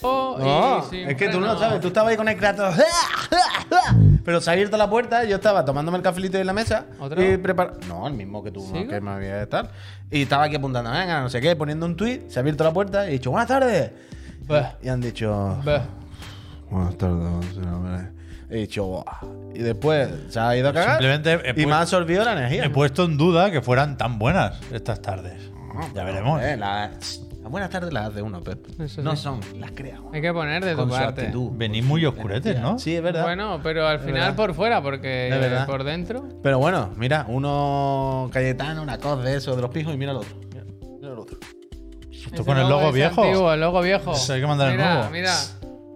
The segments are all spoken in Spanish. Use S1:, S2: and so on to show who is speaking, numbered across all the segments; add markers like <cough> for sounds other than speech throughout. S1: O, Oh, y
S2: Oh.
S3: No,
S1: sin
S3: es que tú no
S1: freno.
S3: sabes, tú estabas ahí con el Kratos. <laughs> Pero se ha abierto la puerta, yo estaba tomándome el cafelito en la mesa.
S1: ¿Otro?
S3: Y prepar... No, el mismo que tú, no,
S1: ¿Sigo?
S3: que me había de estar. Y estaba aquí apuntando, venga, no sé qué, poniendo un tweet, se ha abierto la puerta y he dicho, buenas tardes.
S1: Bah,
S3: Y han dicho,
S1: bah.
S3: buenas tardes, señora". He dicho, "Buah". Y después se ha ido a cagar.
S2: Simplemente he
S3: y me
S2: puesto-
S3: ha absorbido la energía.
S2: He puesto en duda que fueran tan buenas estas tardes. Ya veremos.
S3: Eh, la- las buenas tardes las hace uno, Pep.
S1: Eso
S3: No
S1: sí.
S3: son, las crea uno.
S1: Hay que poner de tu
S3: Con su
S1: parte.
S3: actitud.
S2: Venís muy oscuretes, ¿no?
S3: Sí, es verdad.
S1: Bueno, pero al final
S3: verdad.
S1: por fuera, porque
S3: Es verdad.
S1: por dentro.
S3: Pero bueno, mira, uno Cayetano, una cosa de eso, de los pijos, y mira el otro. Mira, mira el otro.
S2: Esto
S1: Ese
S2: con el logo
S1: ese
S2: viejo.
S1: antiguo, el logo viejo.
S2: Ese hay que mandar el
S1: mira,
S2: nuevo.
S1: Mira,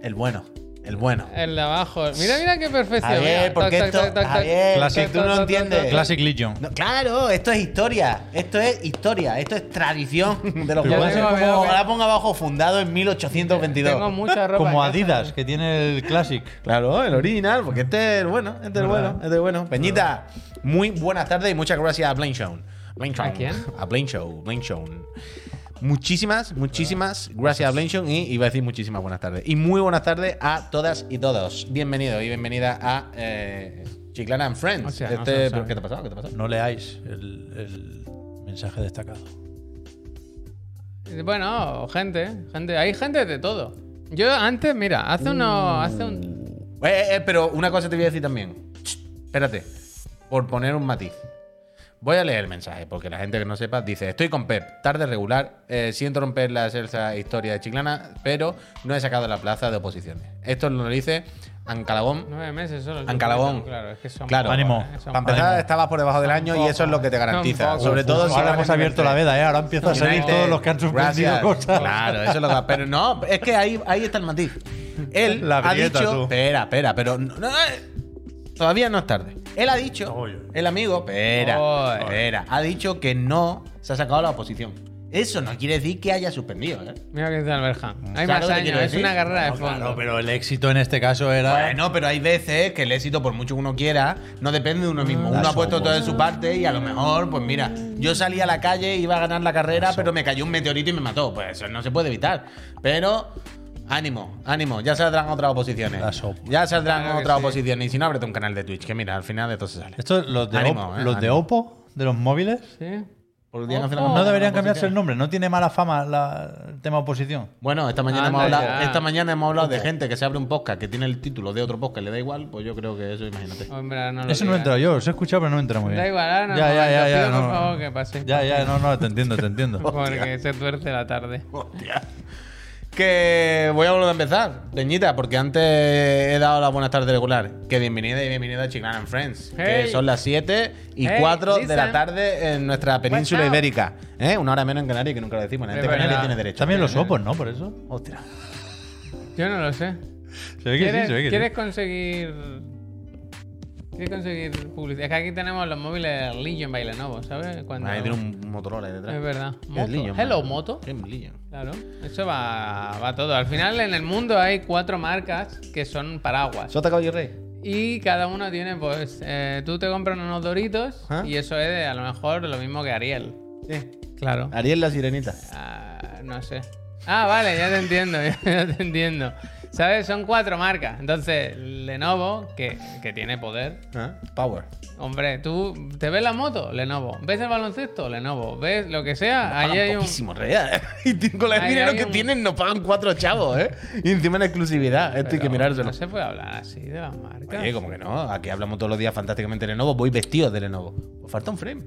S3: El bueno, el bueno.
S1: el de abajo. Mira, mira qué perfección.
S3: Javier,
S1: mira.
S3: ¿por
S1: Tac,
S3: qué
S1: tac,
S3: esto?
S1: tac, tac, tac.
S3: Javier,
S2: Classic,
S3: que tú
S1: ta,
S3: no
S1: ta,
S3: entiendes.
S2: Classic Legion.
S3: No, claro, esto es historia. Esto es historia. Esto es tradición de los
S2: <laughs> Pero
S3: juegos.
S1: tengo
S3: Como-
S1: miedo,
S3: Ojalá
S1: mira.
S3: ponga abajo fundado en 1822.
S1: Tengo mucha ropa.
S2: Como
S1: en casa.
S2: Adidas, que tiene el Classic.
S3: Claro, el original, porque este es el bueno, este es el
S2: Verdad.
S3: bueno, este es el bueno. Peñita, muy buenas tardes y muchas gracias a Blaine Show. Blaine Show.
S1: ¿A quién?
S3: A Blaine Show, Blaine Show. Muchísimas, muchísimas gracias a Blaine Show y iba a decir muchísimas buenas tardes. Y muy buenas tardes a todas y todos. Bienvenidos y bienvenida a eh, Chiclana and Friends.
S1: O sea, no
S3: este,
S1: se lo
S3: ¿pero
S1: sabe.
S3: ¿Qué te ha pasado? ¿Qué te ha pasado?
S2: No leáis el, el mensaje destacado.
S1: Bueno, gente, gente. Hay gente de todo. Yo antes, mira, hace uno. Hace un.
S3: Eh, eh, eh, pero una cosa te voy a decir también. Ch, Espérate, por poner un matiz. Voy a leer el mensaje, porque la gente que no sepa dice: Estoy con Pep, tarde regular. eh, siento romper la excelsa historia de Chiclana, pero no he sacado la plaza de oposiciones. Esto lo dice Ancalabón.
S1: Nueve meses solo.
S3: Ancalabón.
S1: Claro, es que son.
S3: Claro.
S2: Ánimo.
S1: pocos, eh, son
S3: Para empezar,
S2: Ánimo.
S3: estabas por debajo del año y eso es lo que te garantiza.
S1: Tampoco.
S3: Sobre todo
S2: Uf,
S3: si
S2: ahora
S3: vas
S2: hemos
S3: en el
S2: abierto
S3: nivel
S2: la
S3: tres.
S2: veda, ¿eh? Ahora empieza a salir
S3: United,
S2: todos los que han suspendido
S3: gracias.
S2: cosas.
S3: Claro, eso es lo que. Pero no, es que ahí, ahí está el matiz. Él
S2: <laughs> La
S3: ha
S2: grieta,
S3: dicho.
S2: tú.
S3: Espera, espera, pero. no- no, eh, todavía no es tarde. Él ha dicho.
S2: Oy, oy.
S3: El amigo. Espera,
S1: Oy.
S3: espera. Ha dicho que no se ha sacado la oposición. Eso no quiere decir que haya suspendido, ¿eh?
S1: Mira que tal Berja. Hay
S2: Mm.
S1: más
S3: Claro, te quiero
S1: años, es
S3: decir.
S1: una carrera de
S2: No,
S1: fondo.
S2: claro, pero el éxito en este caso era.
S3: Bueno, pero hay veces que el éxito, por mucho que uno quiera, no depende de uno mismo. Uno ha puesto todo de su parte y a lo mejor, pues mira, yo salí a la calle, iba a ganar la carrera, pero me cayó un meteorito y me mató. Pues eso no se puede evitar. Pero ánimo, ánimo, ya saldrán otras
S2: La
S3: oposiciones.
S2: sopa.
S3: Ya saldrán
S1: Claro que
S3: otras
S1: sí.
S3: oposiciones. Y si no, ábrete un canal de Twitch, que mira, al final de esto se sale.
S2: Esto, los de,
S3: Ánimo,
S2: Oppo,
S3: eh,
S2: los de
S3: ánimo.
S2: Oppo, de los móviles,
S1: ¿Sí?
S3: Por el día que hace la
S1: Ojo.
S2: no
S3: campaña de
S2: deberían
S3: la
S2: cambiarse el
S3: oposición.
S2: nombre. No tiene mala fama la- el tema oposición.
S3: Bueno, esta mañana, hemos
S1: Anda
S3: hablado,
S1: ya.
S3: esta mañana hemos hablado de gente que se abre un podcast que tiene el título de otro podcast, le da igual, pues yo creo que eso, imagínate.
S1: Hombre, no lo
S2: Eso no
S1: digas.
S2: he entrado yo, os he escuchado, pero no me entra muy bien.
S1: Da igual, ahora no,
S2: Ya, ya, ya,
S1: te
S2: ya.
S1: pido,
S2: no,
S1: por favor,
S2: no.
S1: que paséis.
S2: Ya, ya, no, no, te entiendo,
S1: <laughs>
S2: te entiendo.
S1: <laughs> Porque se tuerce la tarde.
S3: Hostia. Que voy a volver a empezar, Peñita, porque antes he dado la buenas tardes regular. Que bienvenida y bienvenida a Chiclana and Friends. Que
S1: Hey.
S3: son las 7 y
S1: Hey,
S3: 4 de
S1: listen.
S3: la tarde en nuestra península
S1: What's up?
S3: ibérica. ¿Eh? Una hora menos en Canarias que nunca lo decimos. La
S1: Es
S3: gente de Canarias
S1: verdad.
S3: tiene derecho.
S2: También los
S3: Tiene-
S2: Oppo, ¿no? Por eso.
S3: Hostia.
S1: Yo no lo sé.
S2: Se ve que sí,
S1: ¿Quieres,
S2: se ve que
S1: quieres
S2: sí.
S1: conseguir. ¿Quieres conseguir publicidad? Es que aquí tenemos los móviles Legion by Lenovo, ¿sabes? Cuando...
S3: Ahí tiene un Motorola ahí detrás.
S1: Es verdad.
S3: Qué
S1: Moto.
S3: lillo,
S1: Hello,
S3: man.
S1: moto.
S3: Qué lillo.
S1: Claro, eso va, va todo. Al final en el mundo hay cuatro marcas que son paraguas.
S3: ¿Sota Caballo Rey?
S1: Y cada uno tiene, pues, eh, tú te compras unos doritos
S3: Ajá.
S1: y eso es de, a lo mejor lo mismo que Ariel.
S3: Ah. Sí.
S1: Claro.
S3: Ariel la sirenita.
S1: Ah, no sé. Ah, vale, ya te entiendo, <laughs> ya, te entiendo. ¿Sabes? Son cuatro marcas. Entonces, Lenovo, que, que tiene poder.
S3: ¿Ah? Power.
S1: Hombre, tú te ves la moto, Lenovo. ¿Ves el baloncesto? Lenovo. ¿Ves lo que sea? Ahí
S3: Pagan
S1: hay un,
S3: poquísimo, real. <laughs> Y con el
S1: Ahí
S3: dinero
S1: hay
S3: que
S1: un-
S3: tienen nos pagan cuatro chavos, ¿eh? Y encima en exclusividad. Esto hay que
S1: Pero
S3: mirárselo.
S1: No se puede hablar así de las marcas.
S3: Oye, como que no, aquí hablamos todos los días fantásticamente de Lenovo, voy vestido de Lenovo. Pues falta un frame.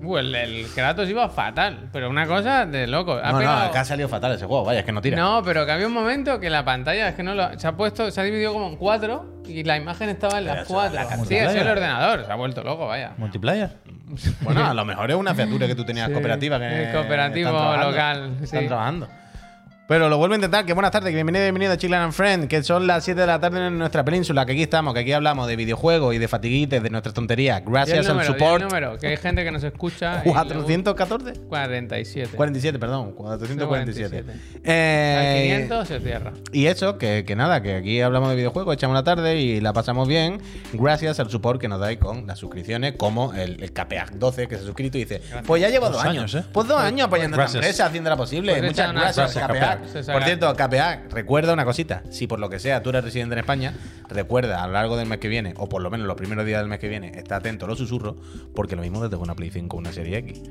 S1: Bueno, el, Pues, el Kratos iba fatal, pero una cosa de loco. Ha
S3: no, no,
S1: pegado-
S3: acá ha salido fatal ese juego, vaya, es que no tira.
S1: Ah, No, pero que había un momento que la pantalla es que no lo, se ha puesto, se ha dividido como en cuatro y la imagen estaba en las cuatro. sí,
S2: multiplayer.
S1: eso es el ordenador, se ha vuelto loco, vaya.
S2: Multiplayer.
S3: <laughs> Bueno, a lo mejor es una featura que tú tenías
S1: Sí,
S3: cooperativa. Que
S1: el cooperativo
S3: están trabajando,
S1: local,
S3: Están
S1: sí.
S3: trabajando. Pero lo vuelvo a intentar, que buenas tardes, que bienvenido, bienvenido a Chiclan and Friends, que son las 7 de la tarde en nuestra península, que aquí estamos, que aquí hablamos de videojuegos y de fatiguites, de nuestras tonterías.
S1: Y el
S3: Gracias al
S1: número, y el
S3: support.
S1: número, que hay gente que nos escucha. y le gusta.
S3: 414.
S1: 47.
S3: 47, perdón, 447.
S1: 47. Al
S3: Eh,
S1: 500 se cierra.
S3: Y eso, que, que nada, que aquí hablamos de videojuegos, echamos la tarde y la pasamos bien, gracias al support que nos dais con las suscripciones, como el, el KPAG 12 que se ha suscrito y dice, pues ya llevo dos,
S2: Dos
S3: años,
S2: años, ¿eh?
S3: pues dos años apoyando a esta
S2: Gracias.
S3: empresa, haciéndola posible.
S1: Pues
S3: Muchas
S1: echa una-
S3: gracias,
S2: gracias,
S3: KPAG.
S2: KPAG.
S3: sacar.
S1: Se saca.
S3: Por cierto, KPA, recuerda una cosita. Si por lo que sea tú eres residente en España, recuerda a lo largo del mes que viene, o por lo menos los primeros días del mes que viene, está atento a los susurros, porque lo mismo te tengo una Play 5 o una Serie X.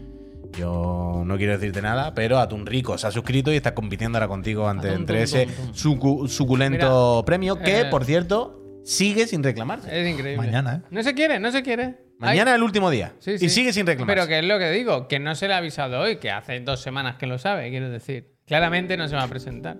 S3: Yo no quiero decirte nada, pero Atún Rico se ha suscrito y está compitiendo ahora contigo ante,
S1: Atún,
S3: entre
S1: tum,
S3: ese
S1: tum, tum.
S3: sucu- suculento
S1: Mira,
S3: premio que,
S1: eh,
S3: por cierto, sigue sin reclamarse.
S1: Es increíble.
S2: Mañana, ¿eh?
S1: No se quiere, no se quiere.
S3: Mañana
S1: Ay,
S3: es el último día.
S1: sí,
S3: Y
S1: sí.
S3: sigue sin reclamarse.
S1: Pero que es lo que digo, que no se le ha avisado hoy, que hace dos semanas que lo sabe, quiero decir. Claramente no se va a presentar.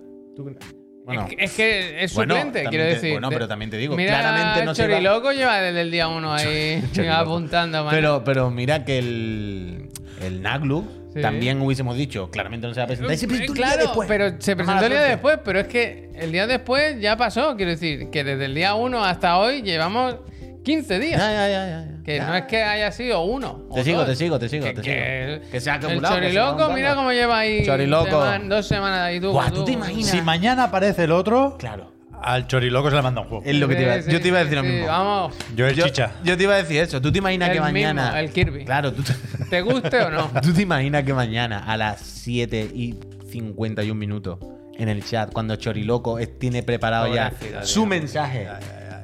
S3: Bueno.
S1: Es que- es que es
S3: Bueno,
S1: suplente,
S3: también
S1: quiero
S3: te-
S1: decir.
S3: bueno, pero también te digo,
S1: Mira,
S3: claramente no se va-
S1: Choriloco lleva desde el día
S3: <laughs>
S1: uno ahí
S3: Choriloco.
S1: apuntando. mano.
S3: Pero, pero mira que el, el Naglu
S1: Sí.
S3: también hubiésemos dicho, claramente no se va a presentar. Y se
S1: Eh,
S3: presentó el día
S1: claro,
S3: después.
S1: pero se presentó
S3: Mala
S1: el día
S3: suerte.
S1: después, pero es que el día después ya pasó. Quiero decir, que desde el día 1 hasta hoy llevamos 15 días.
S3: Ya, ya, ya, ya, ya.
S1: Que
S3: Ya.
S1: no es que haya sido uno. o
S3: Te sigo,
S1: dos.
S3: te sigo, te sigo,
S1: Que-
S3: te
S1: que
S3: sigo.
S1: el-
S3: Que se ha acumulado,
S1: El
S3: que se va
S1: choriloco, mira
S3: acumulando.
S1: cómo lleva ahí.
S3: Choriloco.
S1: seman- dos semanas ahí tú.
S3: Buah,
S1: tú,
S3: ¿tú te imaginas?
S2: Si mañana aparece el otro,
S3: Claro.
S2: al choriloco se le manda un juego.
S3: Es lo que te iba a
S1: Sí,
S3: decir. Yo te iba a
S1: sí,
S3: decir lo
S1: sí,
S3: mismo.
S1: Vamos,
S2: Eh, Yo el
S3: Yo,
S2: chicha.
S3: yo te iba a decir eso. ¿Tú te imaginas
S1: El
S3: que
S1: mismo,
S3: mañana.
S1: el Kirby.
S3: Claro, tú te,
S1: ¿te guste o
S3: <laughs>
S1: no?
S3: tú te imaginas que mañana a las 7 y 51 minutos en el chat, cuando Choriloco es- tiene preparado ya
S1: Pobrecito,
S3: su
S1: tío.
S3: mensaje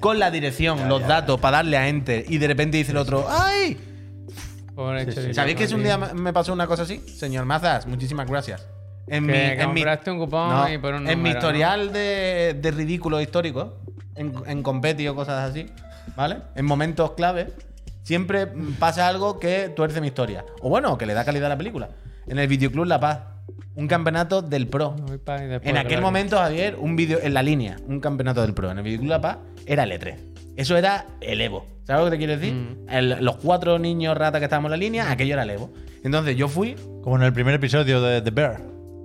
S3: con la dirección, los datos para darle a enter y de repente dice el otro: ¡Ay!
S1: Pobre choriloco,
S3: ¿Sabéis que si un
S1: tío.
S3: día me me pasó una cosa así? Señor Mazas, muchísimas gracias. En
S1: Que
S3: en
S1: compraste un cupón y por un
S3: En mi
S1: número,
S3: historial de, de ridículo histórico, en, en competi o cosas así, ¿vale? En momentos clave, siempre mm, pasa algo que tuerce mi historia. O bueno, que le da calidad a la película. En el Videoclub La Paz, un campeonato del pro.
S1: Voy pa' ahí después,
S3: En aquel
S1: claro.
S3: momento, Javier, un vídeo en la línea, un campeonato del pro en el Videoclub La Paz, era el E3. Eso era el Evo. ¿Sabes lo que te quiero decir? El- los cuatro niños ratas que estábamos en la línea, aquello era el Evo. Entonces yo fui.
S2: Como en el primer episodio de The Bear,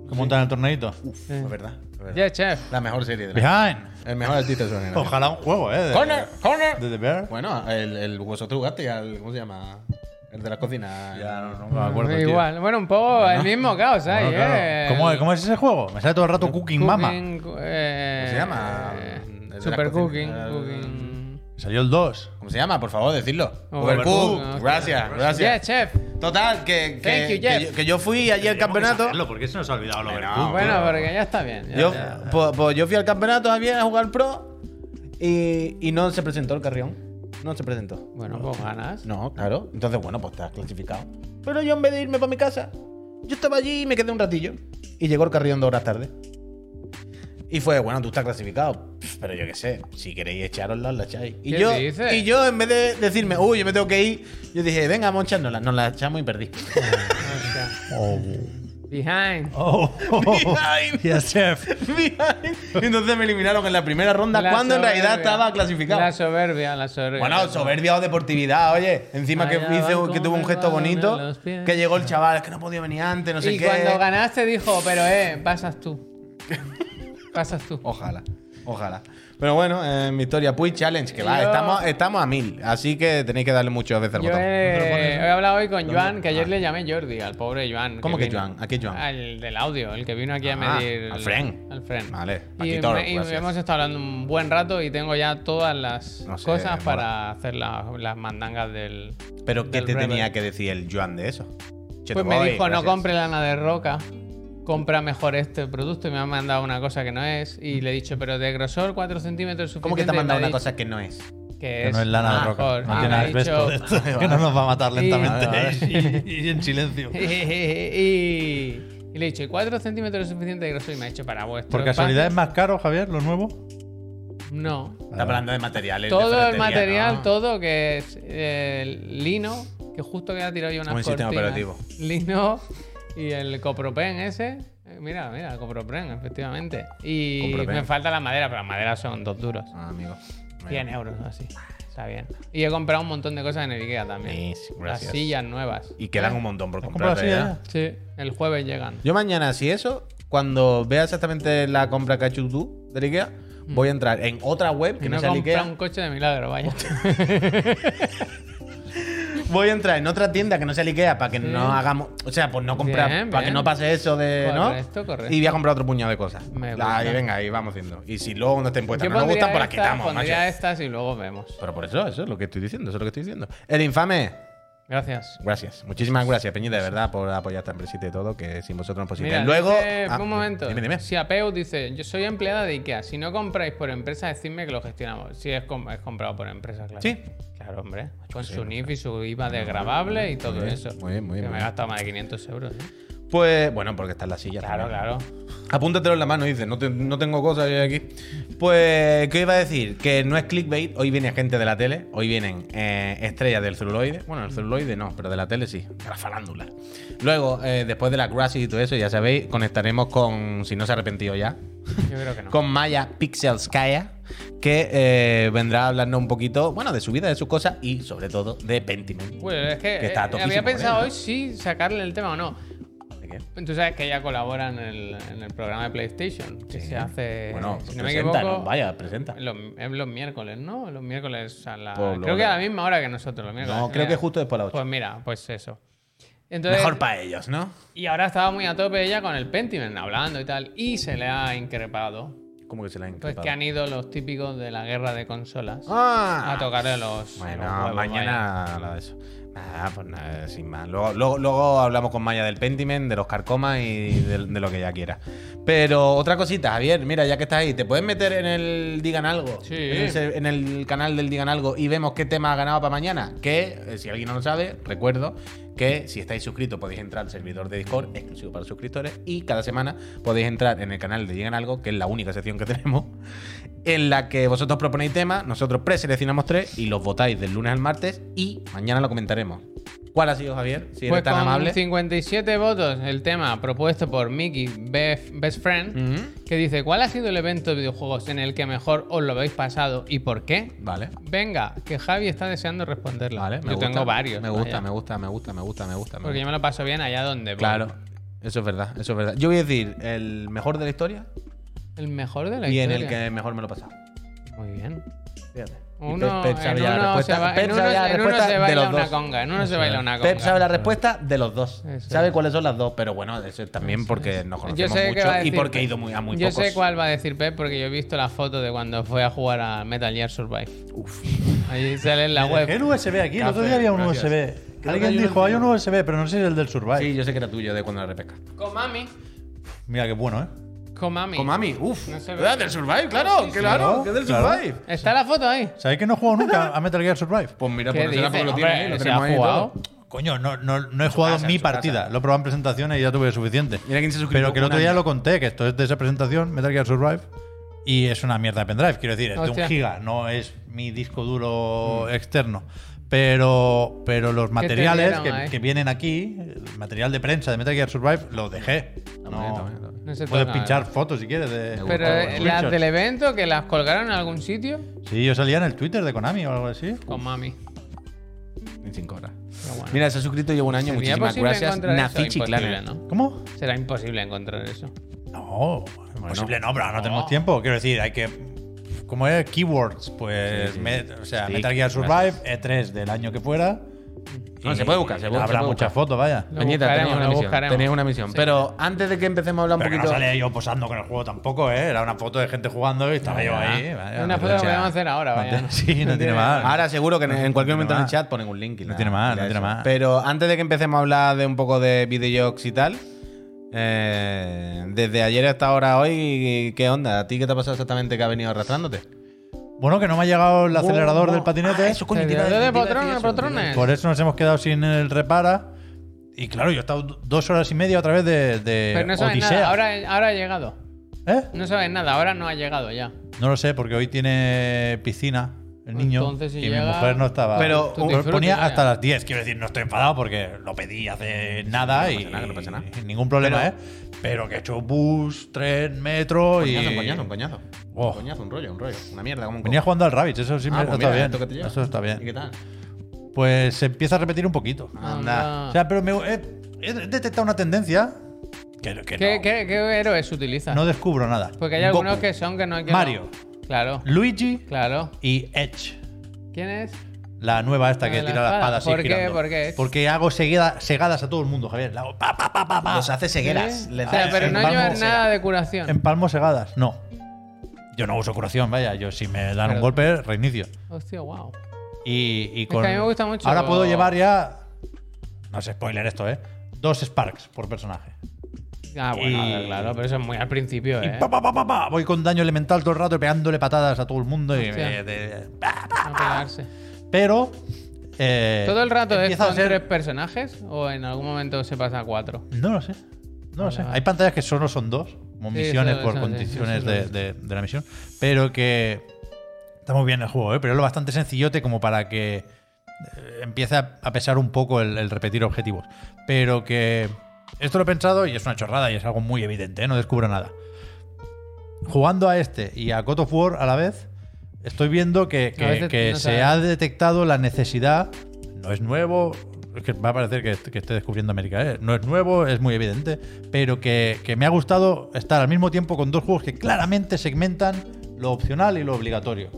S2: que montan el torneito.
S3: Uf, es verdad. es verdad.
S1: Ya, chef.
S3: La mejor serie de la.
S2: Behind.
S3: El mejor artista de sonido.
S2: Ojalá un juego, ¿eh? De,
S3: ¡Corner! ¡Corner!
S2: de The Bear.
S3: Bueno, el, el hueso trugaste, al, ¿cómo se llama? El de las cocinas.
S2: Ya, no, no me acuerdo, tío.
S1: Igual. Bueno, un poco
S3: Ah.
S1: el mismo caos ahí,
S2: Mm, Bueno, claro.
S1: ¿eh?
S2: ¿Cómo, es- ¿Cómo es ese juego? Me sale todo el rato Cooking, Mama.
S1: Cooking, eh,
S3: ¿Cómo se llama?
S1: eh,
S3: El de las
S1: Super
S3: cocinas.
S1: Cooking.
S3: El-
S1: cooking.
S2: Salió el 2.
S3: ¿Cómo se llama? Por favor, decirlo.
S1: Overcooked.
S3: Overcooked. Gracias,
S1: Yeah,
S3: gracias.
S1: chef.
S3: Total, que,
S1: Thank
S3: que,
S1: you, Jeff.
S3: que yo, que yo fui allí al campeonato.
S2: porque se nos ha olvidado lo
S3: Bueno,
S2: Overcooked,
S1: Bueno,
S2: tío.
S1: porque ya está bien. ya
S3: Ah, Yo,
S1: está.
S3: pues, pues yo fui al campeonato Javier a jugar pro y, y no se presentó el carrión. No se presentó.
S1: Bueno, pues ganas.
S3: No, claro. Entonces, bueno, pues te has clasificado. Pero yo en vez de irme para mi casa, yo estaba allí y me quedé un ratillo. Y llegó el carrión dos horas tarde. Y fue, bueno, tú estás clasificado. Pff, Pero yo qué sé, si queréis echarosla, la echáis. Y
S1: ¿Qué
S3: yo,
S1: dices?
S3: y yo, en vez de decirme, uy, yo me tengo que ir, yo dije, venga, vamos a echárnosla. Nos la echamos
S1: <laughs>
S3: y perdí. Oh.
S1: Behind.
S2: Oh, oh,
S3: <laughs>
S2: oh.
S3: Behind.
S2: Yes, chef.
S3: y entonces me eliminaron en la primera ronda,
S1: La
S3: cuando en realidad
S1: soberbia.
S3: estaba clasificado.
S1: La soberbia, la soberbia.
S3: Bueno, soberbia o deportividad, oye. Encima que,
S1: Allá
S3: hice-
S1: van
S3: que tuvo un
S1: como
S3: gesto
S1: el balón en
S3: bonito.
S1: los pies.
S3: Que llegó el chaval, es que no podía venir antes, no sé
S1: y
S3: qué.
S1: cuando ganaste dijo, pero eh, pasas
S3: <laughs>
S1: tú. pasas tú.
S3: Ojalá, ojalá. Pero bueno, eh, mi historia, Puy Challenge, que va,
S1: Yo-
S3: estamos, estamos a mil. Así que tenéis que darle muchas veces al
S1: Yo eh,
S3: botón.
S1: he, he hablado hoy con Joan, que ayer
S3: Ah.
S1: le llamé Jordi, al pobre Joan.
S3: ¿Cómo que
S1: vino.
S3: Joan? ¿A qué Joan?
S1: Al del audio, el que vino aquí a
S3: Ah,
S1: medir.
S3: al Fren.
S1: Al Fren.
S3: Vale,
S1: Y,
S3: Paquito,
S1: me- y
S3: gracias.
S1: hemos estado hablando un buen rato y tengo ya todas las
S3: No sé,
S1: cosas
S3: mola.
S1: para hacer la- las mandangas del.
S3: Pero ¿qué
S1: del
S3: te
S1: Rebel.
S3: tenía que decir el Joan de eso? Che,
S1: Pues
S3: te
S1: me
S3: voy,
S1: dijo, no
S3: gracias".
S1: compre lana de roca, compra mejor este producto y me ha mandado una cosa que no es. Y le he dicho, pero de grosor 4 centímetros es suficiente.
S3: ¿Cómo que te ha
S1: y me
S3: mandado una
S1: dicho
S3: cosa que no es?
S1: Que
S2: Que no es lana de roca.
S1: mejor.
S2: No
S1: Y
S2: tiene
S1: me ha
S2: asbesto de
S1: dicho-
S2: <laughs> esto, Que no nos va a matar
S1: Y-
S2: lentamente. <laughs> Y, y
S1: <laughs>
S2: en silencio.
S1: y, y le he dicho, 4 centímetros es suficiente de grosor y me ha dicho para vuestro.
S2: ¿Por
S1: espacio".
S2: casualidad es más caro, Javier, lo nuevo?
S1: No.
S3: Está hablando de materiales. de
S1: Todo el
S3: ferretería,
S1: material,
S3: ¿no?
S1: todo que es eh, lino, que justo que ha tirado yo unas
S3: Un sistema
S1: cortinas.
S3: operativo.
S1: Lino y el copropen ese. Eh, Mira, mira, copropen, efectivamente. Y
S3: Copropen.
S1: me falta la madera, pero las maderas son dos duros.
S3: Ah, amigo.
S1: 100 euros, así. Está bien. Y he comprado un montón de cosas en el Ikea también.
S3: Nice,
S1: Las
S3: gracias.
S1: sillas nuevas.
S3: Y quedan un montón por
S2: ¿Has comprado
S3: comprar.
S2: así
S3: ¿verdad?
S2: ya?
S1: Sí, el jueves llegan.
S3: Yo mañana, si eso, cuando vea exactamente la compra que ha hecho tú del IKEA, voy a entrar en otra web
S1: Mm. Que
S3: que
S1: no
S3: no
S1: he
S3: sea el
S1: comprado
S3: IKEA.
S1: un coche de milagro, vaya.
S3: Voy a entrar en otra tienda que no sea el IKEA para que no hagamos. O sea, pues no comprar.
S1: Bien,
S3: para
S1: bien.
S3: que no pase eso de. ¿no?
S1: Correcto, correcto.
S3: Y voy a comprar otro puñado de cosas.
S1: Me
S3: La-
S1: gusta.
S3: y venga, ahí vamos haciendo. Y si luego no estén puestas,
S1: Yo
S3: no nos
S1: pondría
S3: gustan, pues las
S1: estas,
S3: quitamos, macho.
S1: pondría estas y luego vemos.
S3: Pero por eso, eso es lo que estoy diciendo, eso es lo que estoy diciendo. El infame.
S1: Gracias.
S3: Gracias. Muchísimas gracias, Peñita, de verdad, por apoyar esta empresita y todo, que sin vosotros no es posible.
S1: Mira,
S3: Luego.
S1: dice-
S3: ah,
S1: un momento.
S3: Dime, dime.
S1: Si Apeu dice, yo soy empleada de IKEA, si no compráis por empresa, decidme que lo gestionamos. Si es, com- es comprado por empresa, claro.
S3: Sí.
S1: Claro, hombre. Con su NIF y su IVA desgravable y todo
S3: bien,
S1: eso.
S3: muy bien, muy
S1: Que
S3: bien, muy
S1: me he
S3: bien.
S1: gastado más de 500 euros. ¿eh?
S3: Pues, bueno, porque está en la silla.
S1: Claro,
S3: también.
S1: claro.
S3: Apúntatelo en la mano, dice. No, te- no tengo cosas aquí. Pues, ¿qué iba a decir? Que no es clickbait. Hoy viene gente de la tele. Hoy vienen eh, estrellas del celuloide. Bueno, el celuloide no, pero de la tele sí. De la farándula. Luego, eh, después de la Grassy y todo eso, ya sabéis, conectaremos con. Si no se ha arrepentido ya.
S1: Yo creo
S3: <laughs>
S1: que no.
S3: Con Maya Pixelskaya. Que eh, vendrá a hablarnos un poquito, bueno, de su vida, de sus cosas y sobre todo de Pentiment.
S1: Bueno, es que,
S3: Que está
S1: eh,
S3: topísimo
S1: había
S3: con él,
S1: pensado
S3: ¿no?
S1: hoy si sacarle el tema o no.
S3: ¿De qué?
S1: Tú sabes que ella colabora en el, en el programa de PlayStation, que se hace,
S3: eh, Bueno,
S1: si
S3: pues
S1: no me
S3: presenta,
S1: equivoco,
S3: ¿no? vaya, presenta.
S1: los, es los miércoles, ¿no? Los miércoles a la...
S3: Pues lo-
S1: creo que a la misma hora que nosotros, los miércoles.
S3: No, creo
S1: Mira.
S3: que justo después de las
S1: Pues
S3: 8.
S1: mira, pues eso. Entonces,
S3: Mejor para ellos, ¿no?
S1: y ahora estaba muy a tope ella con el Pentiment, hablando y tal, y se le ha increpado.
S3: ¿Cómo que se la han
S1: Pues
S3: increpado?
S1: que han ido los típicos de la guerra de consolas
S3: Ah.
S1: a tocarle los...
S3: Bueno,
S1: los huevos,
S3: mañana habla de eso. Nada, pues nada, sin más. Luego, luego- luego hablamos con Maya del Pentiment, de los carcomas y de, de lo que ella quiera. Pero otra cosita, Javier, mira, ya que estás ahí, ¿te puedes meter en el Digan Algo?
S1: Sí.
S3: En el, se- en el canal del Digan Algo y vemos qué tema ha ganado para mañana. Que, eh, si alguien no lo sabe, recuerdo que si estáis suscritos podéis entrar al servidor de Discord, exclusivo para suscriptores, y cada semana podéis entrar en el canal de Digan Algo, que es la única sección que <laughs> tenemos en la que vosotros proponéis temas, nosotros preseleccionamos tres y los votáis del lunes al martes y mañana lo comentaremos. ¿Cuál ha sido, Javier? Si eres
S1: Pues
S3: tan
S1: con
S3: amable.
S1: 57 votos el tema propuesto por Mickey Bef- Best Friend,
S3: Ujú.
S1: que dice, ¿cuál ha sido el evento de videojuegos en el que mejor os lo habéis pasado y por qué?
S3: Vale.
S1: Venga, que Javi está deseando responderla.
S3: Vale, me
S1: Yo
S3: gusta.
S1: tengo varios.
S3: Me gusta,
S1: vaya.
S3: me gusta, me gusta, me gusta, me gusta. me
S1: Porque yo
S3: gusta.
S1: me lo paso bien allá donde voy.
S3: Claro. Eso es verdad, eso es verdad. Yo voy a decir el mejor de la historia
S1: El mejor de la
S3: y en
S1: historia.
S3: el que mejor me lo he pasado.
S1: Muy bien.
S3: Fíjate. Y
S1: Uno,
S3: Pep- Pep
S1: en
S3: sabe ya la
S1: uno se
S3: respuesta.
S1: va- en
S3: Pep sabe ya
S1: uno-
S3: la
S1: en uno
S3: respuesta
S1: se
S3: de
S1: baila
S3: los
S1: una
S3: dos.
S1: conga, en uno se baila una conga.
S3: Pep sabe la respuesta de los dos.
S1: Eso
S3: sabe
S1: es.
S3: cuáles son las dos, pero bueno, eso es también porque nos
S1: Yo
S3: conocemos
S1: sé que
S3: mucho
S1: va a
S3: y
S1: decir
S3: porque he
S1: Pep.
S3: ido muy, a muy
S1: Yo
S3: pocos.
S1: sé cuál va a decir Pep porque yo he visto la foto de cuando fue a jugar a Metal Gear Survive.
S3: Uf.
S1: Ahí sale en la
S2: El
S1: web.
S2: USB aquí, el otro
S3: Café,
S2: día había un
S3: gracias.
S2: USB.
S3: Creo que hay
S2: Alguien
S3: uno
S2: dijo, hay un
S3: encima.
S2: USB, pero no sé si es el del Survive.
S3: Sí, yo sé que era tuyo de cuando la repesca.
S1: Komami.
S2: Mira qué bueno, ¿eh?
S1: Komami.
S3: Komami, uff.
S1: No se ve.
S3: ¿Verdad? Del Survive, claro, claro,
S2: ¿no?
S3: que es del
S2: Claro.
S3: Survive.
S1: Está la foto ahí.
S2: ¿Sabéis que no he jugado nunca a Metal Gear Survive?
S3: Pues mira,
S1: ¿Qué
S3: por eso
S1: dices?
S3: lo tiene
S1: Hombre,
S3: ahí, lo
S1: ¿se
S3: tenemos
S1: ha
S3: ahí y
S1: jugado?
S3: todo.
S2: Coño, no, no, no he jugado
S3: casa, en
S2: mi
S3: su casa.
S2: partida. Lo he probado en presentaciones y ya tuve suficiente.
S3: Mira quién se suscribió.
S2: Pero que el otro
S3: un
S2: día
S3: año.
S2: lo conté, que esto es de esa presentación, Metal Gear Survive, y es una mierda de pendrive. Quiero decir, es de
S1: Hostia. Mm.
S2: un giga, no es mi disco duro externo. Pero, pero los materiales
S1: dieron
S2: que,
S1: ahí?
S2: que vienen aquí, el material de prensa de Metal Gear Survive, lo dejé.
S1: Ah,
S3: Está muy bien, está muy
S2: No,
S3: bien, está bien.
S1: No se
S2: puedes
S1: toca,
S2: pinchar
S1: ¿no?
S2: fotos si quieres. de-
S3: Me
S1: Pero
S3: Gustavo,
S1: eh,
S3: bueno.
S1: las
S2: Screenshots.
S1: del evento que las colgaron en algún sitio
S2: Sí, yo salía en el Twitter de Konami o algo así.
S1: con mami.
S3: En cinco horas.
S1: Pero bueno.
S3: Mira, se ha suscrito llevo un año.
S1: ¿Sería
S3: Muchísimas
S1: posible
S3: gracias.
S1: encontrar eso?
S3: Nafi
S1: Imposible,
S3: Chiclana.
S1: ¿no?
S2: ¿Cómo?
S1: Será imposible encontrar eso.
S2: No, imposible no, pero ahora no tenemos
S1: No.
S2: tiempo. Quiero decir, hay que. Como es keywords, pues.
S3: Sí, sí.
S2: met- o sea,
S3: Sí,
S2: Metal Gear Survive,
S3: gracias.
S2: E3 del año que fuera.
S3: No,
S2: Y
S3: se puede buscar, se puede- se
S2: Habrá
S3: puede
S2: muchas
S3: buscar.
S2: fotos, vaya.
S1: Lo
S3: Peñita, tenéis
S1: buscaremos,
S3: una
S1: lo
S3: misión.
S1: buscaremos.
S3: tenéis una misión.
S1: Sí.
S3: Pero antes de que empecemos a hablar un
S2: Pero que no
S3: poquito.
S2: salía yo posando con el juego tampoco, ¿eh? Era una foto de gente jugando y estaba yo ahí. vaya,
S1: Una
S2: no
S1: foto que
S2: tiene-
S1: podemos hacer ahora,
S2: no tiene- <laughs>
S1: vaya.
S2: Sí, no tiene más.
S3: Ahora seguro que en- en cualquier
S2: No
S3: momento
S2: tiene
S3: en el
S2: más.
S3: chat ponen un link. y nada,
S2: tiene más,
S3: mira
S2: no tiene
S3: eso.
S2: más.
S3: Pero antes de que empecemos a hablar de un poco de videojuegos y tal, eh, desde ayer hasta ahora hoy, ¿qué onda? ¿A ti qué te ha pasado exactamente que ha venido arrastrándote?
S2: Bueno, que no me ha llegado el acelerador
S3: Oh,
S2: del patinete.
S3: ah, eso, coño, te iba a
S1: Acelerador de
S3: decir, te iba a
S1: patrones,
S3: decir eso,
S1: patrones.
S3: te iba a decir.
S2: Por eso nos hemos quedado sin el repara. Y claro, yo he estado dos horas y media otra vez de, de
S1: Pero no sabes
S2: Odisea.
S1: nada. Ahora, ahora ha llegado.
S2: ¿Eh?
S1: No sabes nada. Ahora no ha llegado ya.
S2: No lo sé, porque hoy tiene piscina el niño
S1: Pues Entonces, si
S2: y mi
S1: llega-
S2: mujer no estaba.
S3: Pero-
S1: Tú disfruta,
S2: ponía
S1: vaya.
S2: hasta las 10, quiero decir, no estoy enfadado porque lo pedí hace nada
S3: no pasa
S2: y,
S3: nada, no pasa nada.
S2: y ningún problema, ¿eh? Pero que he hecho bus, tren, metro
S3: Coñazo,
S2: y.
S3: un coñazo, un coñazo.
S2: Oh.
S3: Un coñazo, un rollo, un rollo. Una mierda, como un coñazo. ah,
S2: Venía
S3: pues
S2: jugando al Rabbids, eso sí me- está bien.
S3: esto que te lleva.
S2: Eso está
S3: ¿Y qué
S2: bien.
S3: tal?
S2: Pues se empieza a repetir un poquito.
S1: Ah.
S3: Anda.
S2: O sea, pero me, he, he detectado una tendencia que, que
S1: ¿Qué,
S2: no,
S1: qué- qué héroes utilizas?
S2: no descubro nada.
S1: Porque hay
S2: Goku,
S1: algunos que son que no hay que.
S2: Mario.
S1: Claro,
S2: Luigi
S1: claro.
S2: y Edge.
S1: ¿Quién es?
S2: La nueva esta
S1: La
S2: que
S1: de la
S2: tira la
S1: espada.
S2: espada así
S1: ¿Por qué?
S2: girando.
S1: ¿Por qué?
S2: Porque hago seguida- segadas a todo el mundo, Javier. Le hago pa, pa, pa, pa, pa.
S3: Los hace cegueras.
S1: ¿Sí?
S3: le
S1: O
S3: da-
S1: sea,
S2: Ah,
S1: pero
S2: en
S1: no
S2: Palmo
S1: llevas
S2: será.
S1: nada de curación.
S2: Empalmo segadas. No. Yo no uso curación, vaya. Yo si me dan
S1: Pero-
S2: un golpe, reinicio.
S1: Hostia, wow.
S2: Y, y
S1: que a mí me gusta mucho-
S2: Ahora puedo llevar ya No es spoiler esto, ¿eh? Dos Sparks por personaje.
S1: Ah, bueno,
S2: Y-
S1: claro, pero eso es muy al principio, ¿eh?
S2: Pa, pa, pa, pa, pa. Voy con daño elemental todo el rato y pegándole patadas a todo el mundo. Y,
S1: Hostia.
S2: eh, de- pa.
S1: No pegarse.
S2: pero. eh,
S1: ¿Todo el rato es
S2: empieza
S1: con
S2: a ser-
S1: tres personajes o en algún momento se pasa a cuatro?
S2: No lo sé. No lo sé.
S1: vale.
S2: Hay pantallas que solo son dos, como
S1: Sí,
S2: misiones
S1: eso-
S2: por
S1: eso sí,
S2: condiciones
S1: eso sí lo he
S2: de,
S1: visto.
S2: de- de la misión. Pero que. Está muy bien el juego, ¿eh? pero es lo bastante sencillote como para que eh, empiece a, a pesar un poco el, el repetir objetivos. Pero que. Esto lo he pensado y es una chorrada y es algo muy evidente, ¿eh? no descubro nada. Jugando a este y a God of War a la vez, estoy viendo que, que-
S1: veces
S2: que
S1: no
S2: se
S1: sabes.
S2: ha detectado la necesidad. No es nuevo, es que va a parecer que, que esté descubriendo América. ¿eh? No es nuevo, es muy evidente, pero que, que me ha gustado estar al mismo tiempo con dos juegos que claramente segmentan lo opcional y lo obligatorio.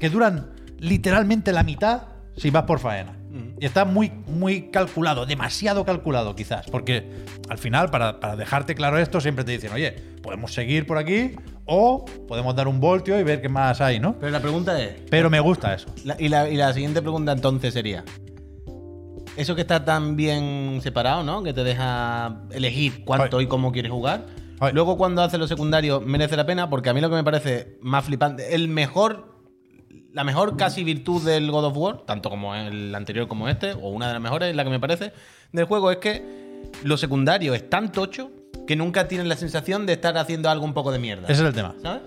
S2: Que duran literalmente la mitad si vas por faena. Y está muy, muy calculado, demasiado calculado quizás, porque al final, para, para dejarte claro esto, siempre te dicen, oye, podemos seguir por aquí o podemos dar un voltio y ver qué más hay, ¿no?
S3: Pero la pregunta es.
S2: Pero me gusta eso.
S3: la- y, la, y la siguiente pregunta entonces sería. Eso que está tan bien separado, ¿no? Que te deja elegir cuánto
S2: Ay.
S3: y cómo quieres jugar.
S2: Ay.
S3: Luego cuando haces lo secundario merece la pena porque a mí lo que me parece más flipante, el mejor, la mejor casi virtud del God of War, tanto como el anterior como este, o una de las mejores, la que me parece, del juego es que lo secundario es tan tocho que nunca tienes la sensación de estar haciendo algo un poco de mierda.
S2: Ese es el tema.
S3: ¿Sabes?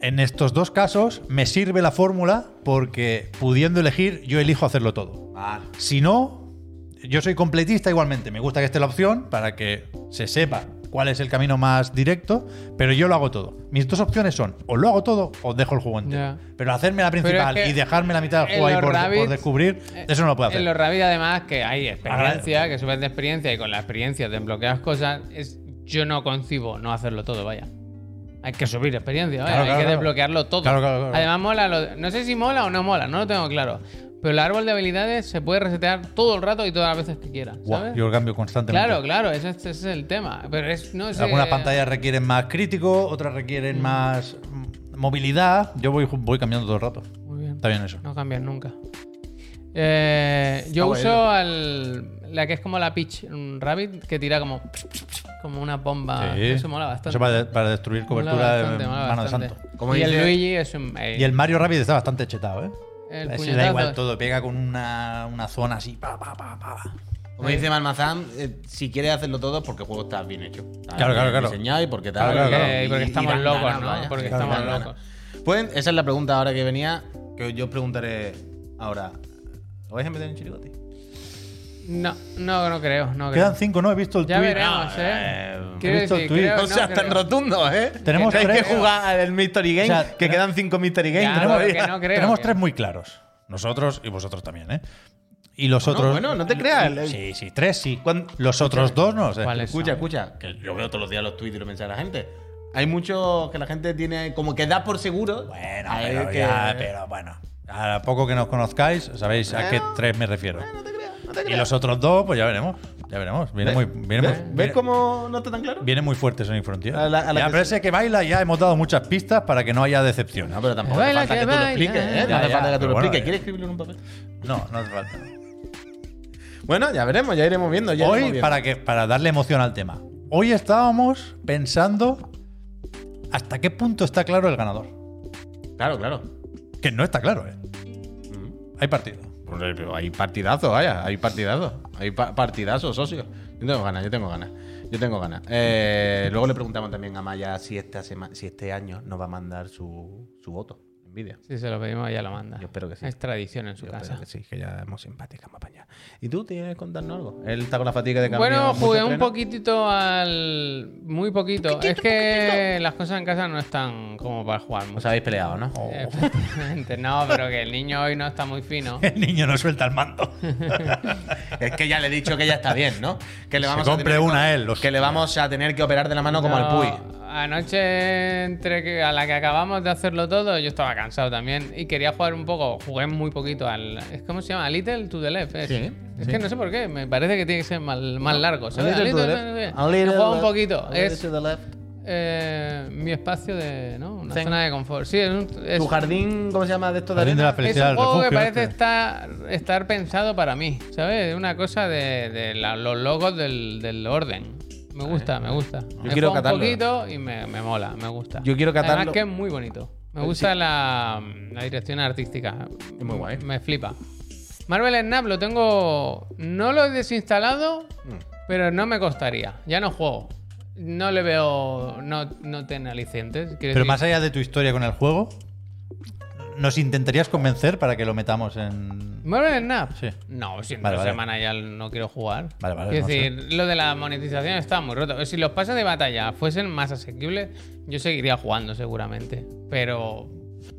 S2: En estos dos casos me sirve la fórmula porque pudiendo elegir yo elijo hacerlo todo.
S3: Vale.
S2: Si no, yo soy completista igualmente. Me gusta que esté la opción para que se sepa cuál es el camino más directo, pero yo lo hago todo. Mis dos opciones son o lo hago todo o dejo el juego entero.
S1: Ya.
S2: Pero hacerme la
S1: es
S2: principal
S1: que
S2: y dejarme la mitad del
S1: en
S2: juego ahí
S1: los
S2: por, por
S1: rabbits-
S2: descubrir,
S1: Eh,
S2: eso no lo puedo hacer.
S1: En los Rabbit, además, que hay experiencia, que subes de experiencia y con la experiencia te bloqueas cosas. Es, yo no concibo no hacerlo todo, vaya. Hay que subir experiencia, vaya.
S2: Claro,
S1: hay
S2: claro,
S1: que
S2: claro.
S1: desbloquearlo todo.
S2: Claro, claro, claro.
S1: Además, mola. lo- no sé si mola o no mola, no lo tengo claro. Pero el árbol de habilidades se puede resetear todo el rato y todas las veces que quiera.
S2: Buah,
S1: ¿sabes?
S2: yo lo cambio constantemente.
S1: Claro, claro, ese, ese es el tema. Pero es, no sé.
S2: Algunas pantallas requieren más crítico, otras requieren más mm, movilidad. Yo voy, voy cambiando todo el rato.
S1: Muy bien.
S2: Está bien eso.
S1: No cambias nunca. Eh, yo
S3: Está
S1: uso al- la que es como la Peach un Rabbit que tira como, como una bomba.
S2: Sí.
S1: Eso mola bastante.
S2: Eso para, para destruir
S1: Mola
S2: cobertura
S1: bastante,
S2: de
S1: mola
S2: mano de
S1: bastante.
S2: santo.
S3: Como
S1: y el
S3: dice-
S1: Luigi es un. eh,
S2: Y el Mario Rabbit está bastante chetado, ¿eh?
S1: El
S2: Ese da
S1: puñetazo. Ah,
S2: igual todo, pega con una, una zona así, pa, pa, pa, pa.
S3: Como dice Malmazán, eh, si quieres hacerlo todo es porque el juego está bien hecho. Está
S2: Claro, claro,
S3: bien
S2: claro.
S3: Diseñado y porque tal.
S2: Claro, claro, claro.
S1: Eh, y porque estamos
S3: dan
S1: locos,
S3: ganas,
S1: ¿no?
S3: vaya.
S1: Porque
S3: Claro,
S1: estamos
S3: dan
S1: locos.
S3: ganas. Pueden- esa es la pregunta ahora que venía, que yo os preguntaré ahora. ¿Lo vais a meter en chirigote?
S1: No, no, no creo. No creo.
S2: Ah, Quedan cinco, ¿no? He visto el
S1: Ya
S2: tweet.
S1: veremos,
S3: Ah,
S1: ¿eh?
S3: eh,
S1: Quiero
S2: he visto el
S1: decir,
S2: tuit.
S1: creo-
S3: o sea,
S1: no
S3: tan
S1: creo.
S3: rotundos, ¿eh?
S2: Tenemos
S3: Hay
S2: tres.
S3: que jugar al Mystery Game,
S2: O sea,
S3: que
S2: tenemos-
S3: quedan cinco Mystery Games
S1: Ya,
S3: todavía.
S1: pero que no creo.
S2: Tenemos
S1: que-
S2: tres muy claros. Nosotros y vosotros también, ¿eh? Y los
S3: Bueno,
S2: otros.
S3: bueno, no te creas.
S2: Sí, sí, tres sí.
S3: ¿Cuán-
S2: Los otros dos no sé.
S1: ¿Cuáles?
S3: Escucha, escucha, que yo veo todos los días los tweets y los mensajes de la gente. Hay muchos que la gente tiene como que da por seguro.
S2: Bueno,
S3: a
S2: pero,
S3: que-
S2: ya, pero bueno. A poco que nos conozcáis, sabéis a qué tres me refiero.
S3: No te creas, no te
S2: Y
S3: creas.
S2: los otros dos, pues ya veremos. Ya veremos. Viene
S3: ¿Ves?
S2: muy, viene
S3: ¿Ves?
S2: muy-
S3: ¿Ves
S2: viene-
S3: cómo no está tan claro?
S2: Viene muy fuerte Sonic Frontier.
S3: A la- a la
S2: ya,
S3: que
S2: pero
S3: se-
S2: ese que baila ya hemos dado muchas pistas para que no haya decepción.
S3: No, pero tampoco
S1: Baila
S3: hace falta
S1: que
S3: que, tú lo
S1: baila.
S3: expliques, ¿eh? No
S2: Ya,
S3: hace
S2: ya,
S3: falta que tú
S2: pero
S3: lo
S2: bueno,
S3: expliques.
S2: ya.
S3: ¿Quieres escribirlo en un papel?
S2: No, no hace falta.
S3: Bueno, ya veremos, ya iremos viendo. Ya iremos
S2: Hoy,
S3: viendo.
S2: para, que, para darle emoción al tema, hoy estábamos pensando hasta qué punto está claro el ganador.
S3: Claro, claro.
S2: Que no está claro, ¿eh?
S3: Mm.
S2: Hay partido.
S3: Pues, eh, Pero hay partidazos, vaya. Hay partidazos. Hay pa- partidazos, socios. Yo tengo ganas, yo tengo ganas. Yo tengo ganas. Eh, luego le preguntamos también a Maya si, esta sema- si este año nos va a mandar su, su voto en vídeo.
S1: Si se lo pedimos, ya lo manda.
S3: Yo espero que sí.
S1: Es tradición en su
S3: Yo
S1: casa.
S3: espero que sí, que ya hemos simpáticas más para allá. ¿Y tú tienes que contarnos algo? Él está con la fatiga de camino.
S1: Bueno,
S3: mucho
S1: jugué un
S3: entreno.
S1: poquitito al. Muy poquito. es que las cosas en casa no están como para jugar mucho.
S3: Os habéis peleado, ¿no?
S2: Eh,
S1: Efectivamente. No, pero que el niño hoy no está muy
S3: <laughs>
S1: fino.
S2: <laughs> El niño no suelta el mando.
S3: Es que ya le he dicho que ya está bien, ¿no? Que le
S2: Se
S3: vamos
S2: compre
S3: a tener
S2: una
S3: que-
S2: él, los-
S3: Que le vamos a tener que operar de la mano como al Puy.
S1: No, Anoche, entre que- a la que acabamos de hacerlo todo, yo estaba cansado también y quería jugar un poco. Jugué muy poquito al. ¿es ¿Cómo se llama? Little to the Left. Es,
S3: Sí,
S1: es
S3: sí.
S1: que no sé por qué. Me parece que tiene que ser mal- más, largo. ¿sabes?
S3: A little to the
S1: to the
S3: left.
S1: left.
S3: A little
S1: He jugado un
S3: left.
S1: poquito.
S3: A little
S1: Es
S3: to the left.
S1: eh, mi espacio de. ¿no? Una
S3: Zen.
S1: zona de confort. Sí, es un. es-
S3: Tu jardín, ¿cómo se llama de esto? De
S2: Jardín
S3: arena?
S2: de la
S1: es
S2: felicidad,
S1: un
S2: el
S1: juego que
S2: refugio
S1: parece
S2: este.
S1: estar, estar pensado para mí, ¿sabes? Una cosa de, de la- los logos del, del orden. Me gusta, me gusta. Me
S3: quiero
S1: juego
S3: catarlo.
S1: un poquito y me, me mola, me gusta.
S3: Yo quiero catarlo.
S1: Además que es muy bonito. Me gusta la, la dirección artística.
S3: Es muy guay.
S1: Me flipa. Marvel Snap lo tengo... No lo he desinstalado,
S3: Mm.
S1: pero no me costaría. Ya no juego. No le veo... No, no tiene alicientes. Quiero
S2: Pero
S1: decir-
S2: más allá de tu historia con el juego, ¿nos intentarías convencer para que lo metamos en.
S1: ¿Marvel Snap?
S2: Sí.
S1: No, si en
S2: Vale,
S1: dos
S2: vale.
S1: semanas ya no quiero jugar.
S2: Vale, vale,
S1: Es
S2: no
S1: decir, lo de la monetización está muy roto. Si los pases de batalla fuesen más asequibles, yo seguiría jugando seguramente. Pero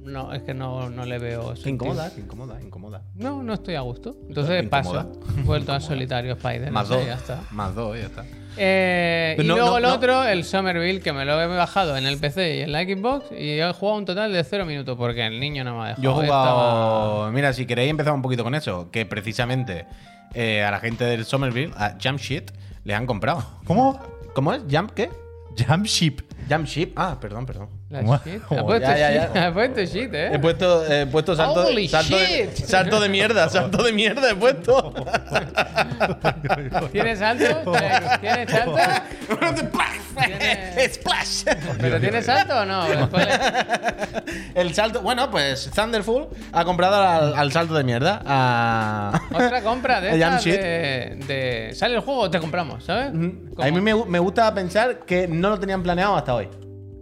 S1: no, es que no, no le veo.
S3: Que
S1: sentido.
S3: incomoda, que incomoda, incomoda.
S1: No, no estoy a gusto. Entonces
S3: Incomoda.
S1: paso. <laughs> Vuelto a solitario Spider.
S3: Más
S1: no sé,
S3: dos.
S1: Ya está.
S3: Más dos, ya está.
S1: Eh, y
S3: Pero no,
S1: luego
S3: no,
S1: el
S3: no.
S1: otro, el Somerville, que me lo he bajado en el PC y en la Xbox. Y he jugado un total de 0 minutos porque el niño no me ha dejado.
S3: Yo he
S1: Estaba-
S3: jugado. Mira, si queréis empezar un poquito con eso, que precisamente eh, a la gente del Somerville, a Jump Shit, les han comprado.
S2: ¿Cómo?
S3: ¿Cómo es? ¿Jump qué? <laughs>
S2: Jump Ship.
S3: Jump Ship. Ah, perdón, perdón.
S1: La
S2: Guau.
S1: shit. Ha
S2: Ya,
S1: puesto
S3: <laughs> ya, ya.
S1: shit, <laughs> ha puesto shit, eh.
S3: He puesto, he puesto salto,
S1: Holy
S3: salto, de,
S1: shit.
S3: salto de mierda, salto de mierda he <laughs> puesto.
S1: ¿Tienes
S3: <laughs>
S1: salto? ¿Tienes salto? Tiene-
S3: Splash.
S1: ¿Pero tienes salto o no? Después le-
S3: El salto, bueno, pues Thunderful ha comprado al, al salto de mierda Ah, a
S1: Otra compra de
S3: <laughs> I am
S1: estas
S3: shit.
S1: de, de- Sale el juego, te compramos, ¿sabes?
S3: A mí me, gu- me gusta pensar que no lo tenían planeado hasta hoy.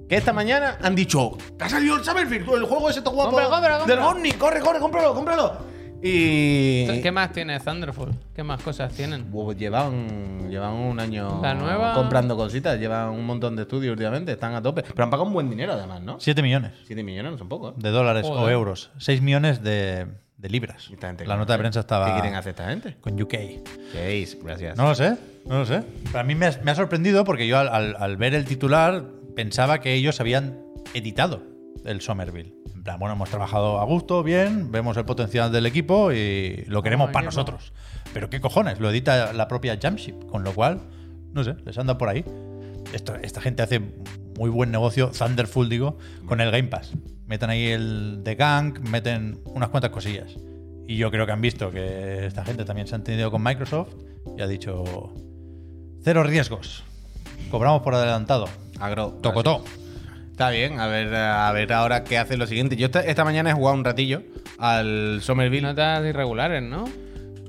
S3: Que esta mañana han dicho, "Que ha salido el Summerfield, el juego ese todo guapo
S1: Compra, compra, compra.
S3: del Omni, corre, corre, cómpralo, cómpralo. Y
S1: ¿Qué más tiene Thunderful? ¿Qué más cosas tienen?
S3: Buh, llevan, llevan un año
S1: La nueva-
S3: comprando cositas, llevan un montón de estudios últimamente, están a tope, pero han pagado un buen dinero además, ¿no?
S2: 7 millones
S3: 7 millones no son pocos. ¿eh?
S2: de dólares o
S1: Joder.
S2: euros. 6 millones de, de libras.
S3: Esta gente
S2: La
S3: que-
S2: nota de prensa estaba.
S3: ¿Qué quieren hacer esta gente?
S2: Con UK.
S3: Seis, gracias.
S2: No lo sé, no lo sé. Para mí me, ha- me ha sorprendido porque yo al, al- al ver el titular pensaba que ellos habían editado el Somerville. En plan, bueno, hemos trabajado a gusto, bien, vemos el potencial del equipo y lo queremos
S1: Ah,
S2: para
S1: qué
S2: nosotros. Pero qué cojones, lo edita la propia Jamship, con lo cual, no sé, les anda por ahí. Esto- esta gente hace muy buen negocio, Thunderful digo, con el Game Pass. Meten ahí el The Gang, meten unas cuantas cosillas. Y yo creo que han visto que esta gente también se ha entendido con Microsoft y ha dicho cero riesgos. Cobramos por adelantado.
S3: Agro.
S2: Tocotó.
S3: Está bien, a ver, a ver ahora qué hace lo siguiente. Yo esta, esta mañana he jugado un ratillo al Somerville.
S1: Notas irregulares, ¿no?
S3: Eso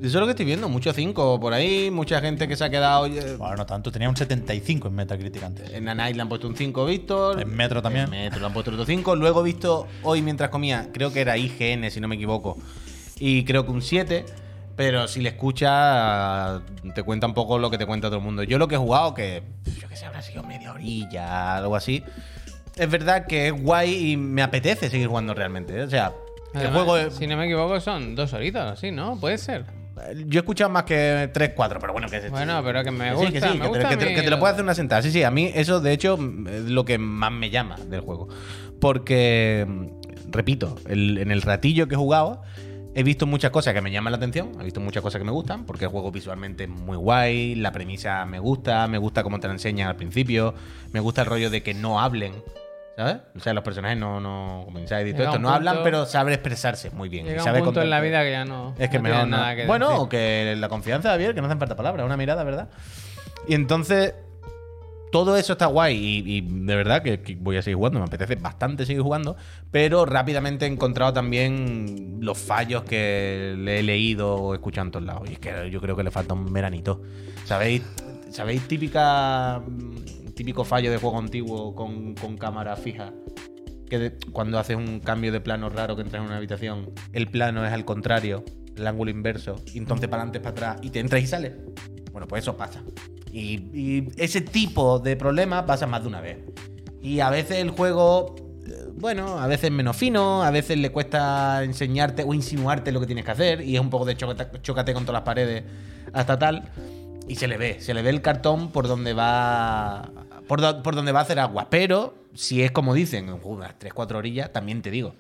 S3: es lo que estoy viendo, muchos 5 por ahí, mucha gente que se ha quedado. eh,
S2: Bueno, no tanto, tenía un 75 en Metacritic antes.
S3: En Nanai le han puesto un 5, Víctor.
S2: En Metro también.
S3: En Metro le han puesto otro 5. Luego he visto hoy mientras comía, creo que era IGN, si no me equivoco. Y creo que un 7. Pero si le escuchas, te cuenta un poco lo que te cuenta todo el mundo. Yo lo que he jugado, que pf, yo que sé, habrá sido media orilla, algo así. Es verdad que es guay y me apetece seguir jugando realmente. ¿eh? O sea, el
S1: Además,
S3: juego es-
S1: Si no me equivoco, son dos horitas, así, ¿no? Puede ser.
S3: Yo he escuchado más que 3, 4, pero bueno, que es
S1: Bueno, pero que me
S3: Sí,
S1: gusta.
S3: que sí,
S1: me
S3: que,
S1: gusta
S3: te,
S1: a
S3: que te-
S1: mí
S3: que
S1: lo-
S3: te lo puedes hacer una sentada. Sí, sí, a mí eso de hecho es lo que más me llama del juego. Porque, repito, el- en el ratillo que he jugado he visto muchas cosas que me llaman la atención, he visto muchas cosas que me gustan, porque el juego visualmente es muy guay, la premisa me gusta, me gusta cómo te la enseñan al principio, me gusta el rollo de que no hablen. ¿Sabes? O sea, los personajes no, no, como Inside y todo
S1: Llega
S3: esto,
S1: un
S3: no hablan,
S1: punto-
S3: pero saben expresarse muy bien. y
S1: Llega
S3: sabe
S1: un punto en la
S3: contar-
S1: vida que ya no.
S3: es que
S1: no
S3: mejor
S1: tienes
S3: no.
S1: nada que
S3: bueno,
S1: decir.
S3: o que la confianza, Javier, que no hacen falta palabras, una mirada, ¿verdad? Y entonces, todo eso está guay y, y de verdad que, que voy a seguir jugando, me apetece bastante seguir jugando, pero rápidamente he encontrado también los fallos que le he leído o escuchado en todos lados. Y es que yo creo que le falta un veranito. ¿Sabéis? ¿Sabéis típica, mm, típico fallo de juego antiguo con, con cámara fija? que de- cuando haces un cambio de plano raro que entras en una habitación, el plano es al contrario, el ángulo inverso, y entonces para adelante, para atrás, y te entras y sales. Bueno, pues eso pasa. Y, y ese tipo de problemas pasa más de una vez. Y a veces el juego, eh, bueno, a veces es menos fino, a veces le cuesta enseñarte o insinuarte lo que tienes que hacer, y es un poco de chocate, chocate con todas las paredes hasta tal. Y se le ve, se le ve el cartón por donde va. Por, do- por donde va a hacer agua. Pero, si es como dicen, unas 3-4 orillas, también te digo.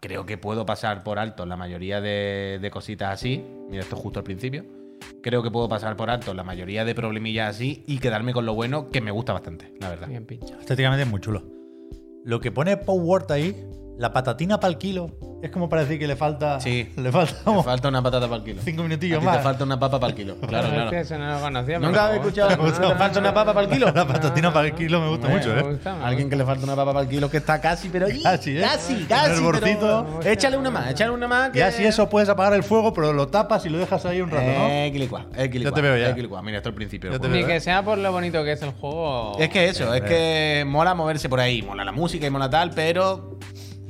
S3: Creo que puedo pasar por alto la mayoría de, de cositas así. Mira, esto es justo al principio. creo que puedo pasar por alto la mayoría de problemillas así y quedarme con lo bueno que me gusta bastante, la verdad.
S1: Bien pincha.
S2: Estéticamente es muy chulo. Lo que pone Paul Ward ahí, la patatina para el kilo, es como para decir que le falta.
S3: Sí.
S2: <laughs> Le falta
S3: Te
S2: como
S3: falta una patata para el kilo.
S2: cinco
S3: A
S2: minutillos
S3: ti
S2: más.
S3: Te falta una papa para el kilo.
S1: <laughs>
S3: Claro,
S1: Pero es que
S3: claro.
S1: eso no lo conocía. me
S3: Nunca había
S1: gusta,
S3: escuchado.
S2: <laughs>
S1: me gusta.
S3: ¿Te falta una papa para el kilo? Ah,
S2: La patatina para el kilo me gusta
S1: Me
S2: mucho, ¿eh?
S1: gusta, me
S3: Alguien que le falta una papa para el kilo que está casi, pero ¡ih!
S2: Casi, ¿eh? En
S3: casi,
S2: el
S3: casi, pero-
S2: bordito.
S3: Échale una más, échale una más. Que...
S2: Ya si eso puedes apagar el fuego, pero lo tapas y lo dejas ahí un rato, ¿no?
S3: Eh, quilicua, eh, quilicua,
S2: Yo te veo ya.
S3: eh, quilicua. Mira, esto es el principio. ¿eh? del
S2: Yo te ¿eh?
S3: juego.
S1: Ni que sea por lo bonito que es el juego.
S3: Es que eso, es que mola moverse por ahí, mola la música y mola tal, pero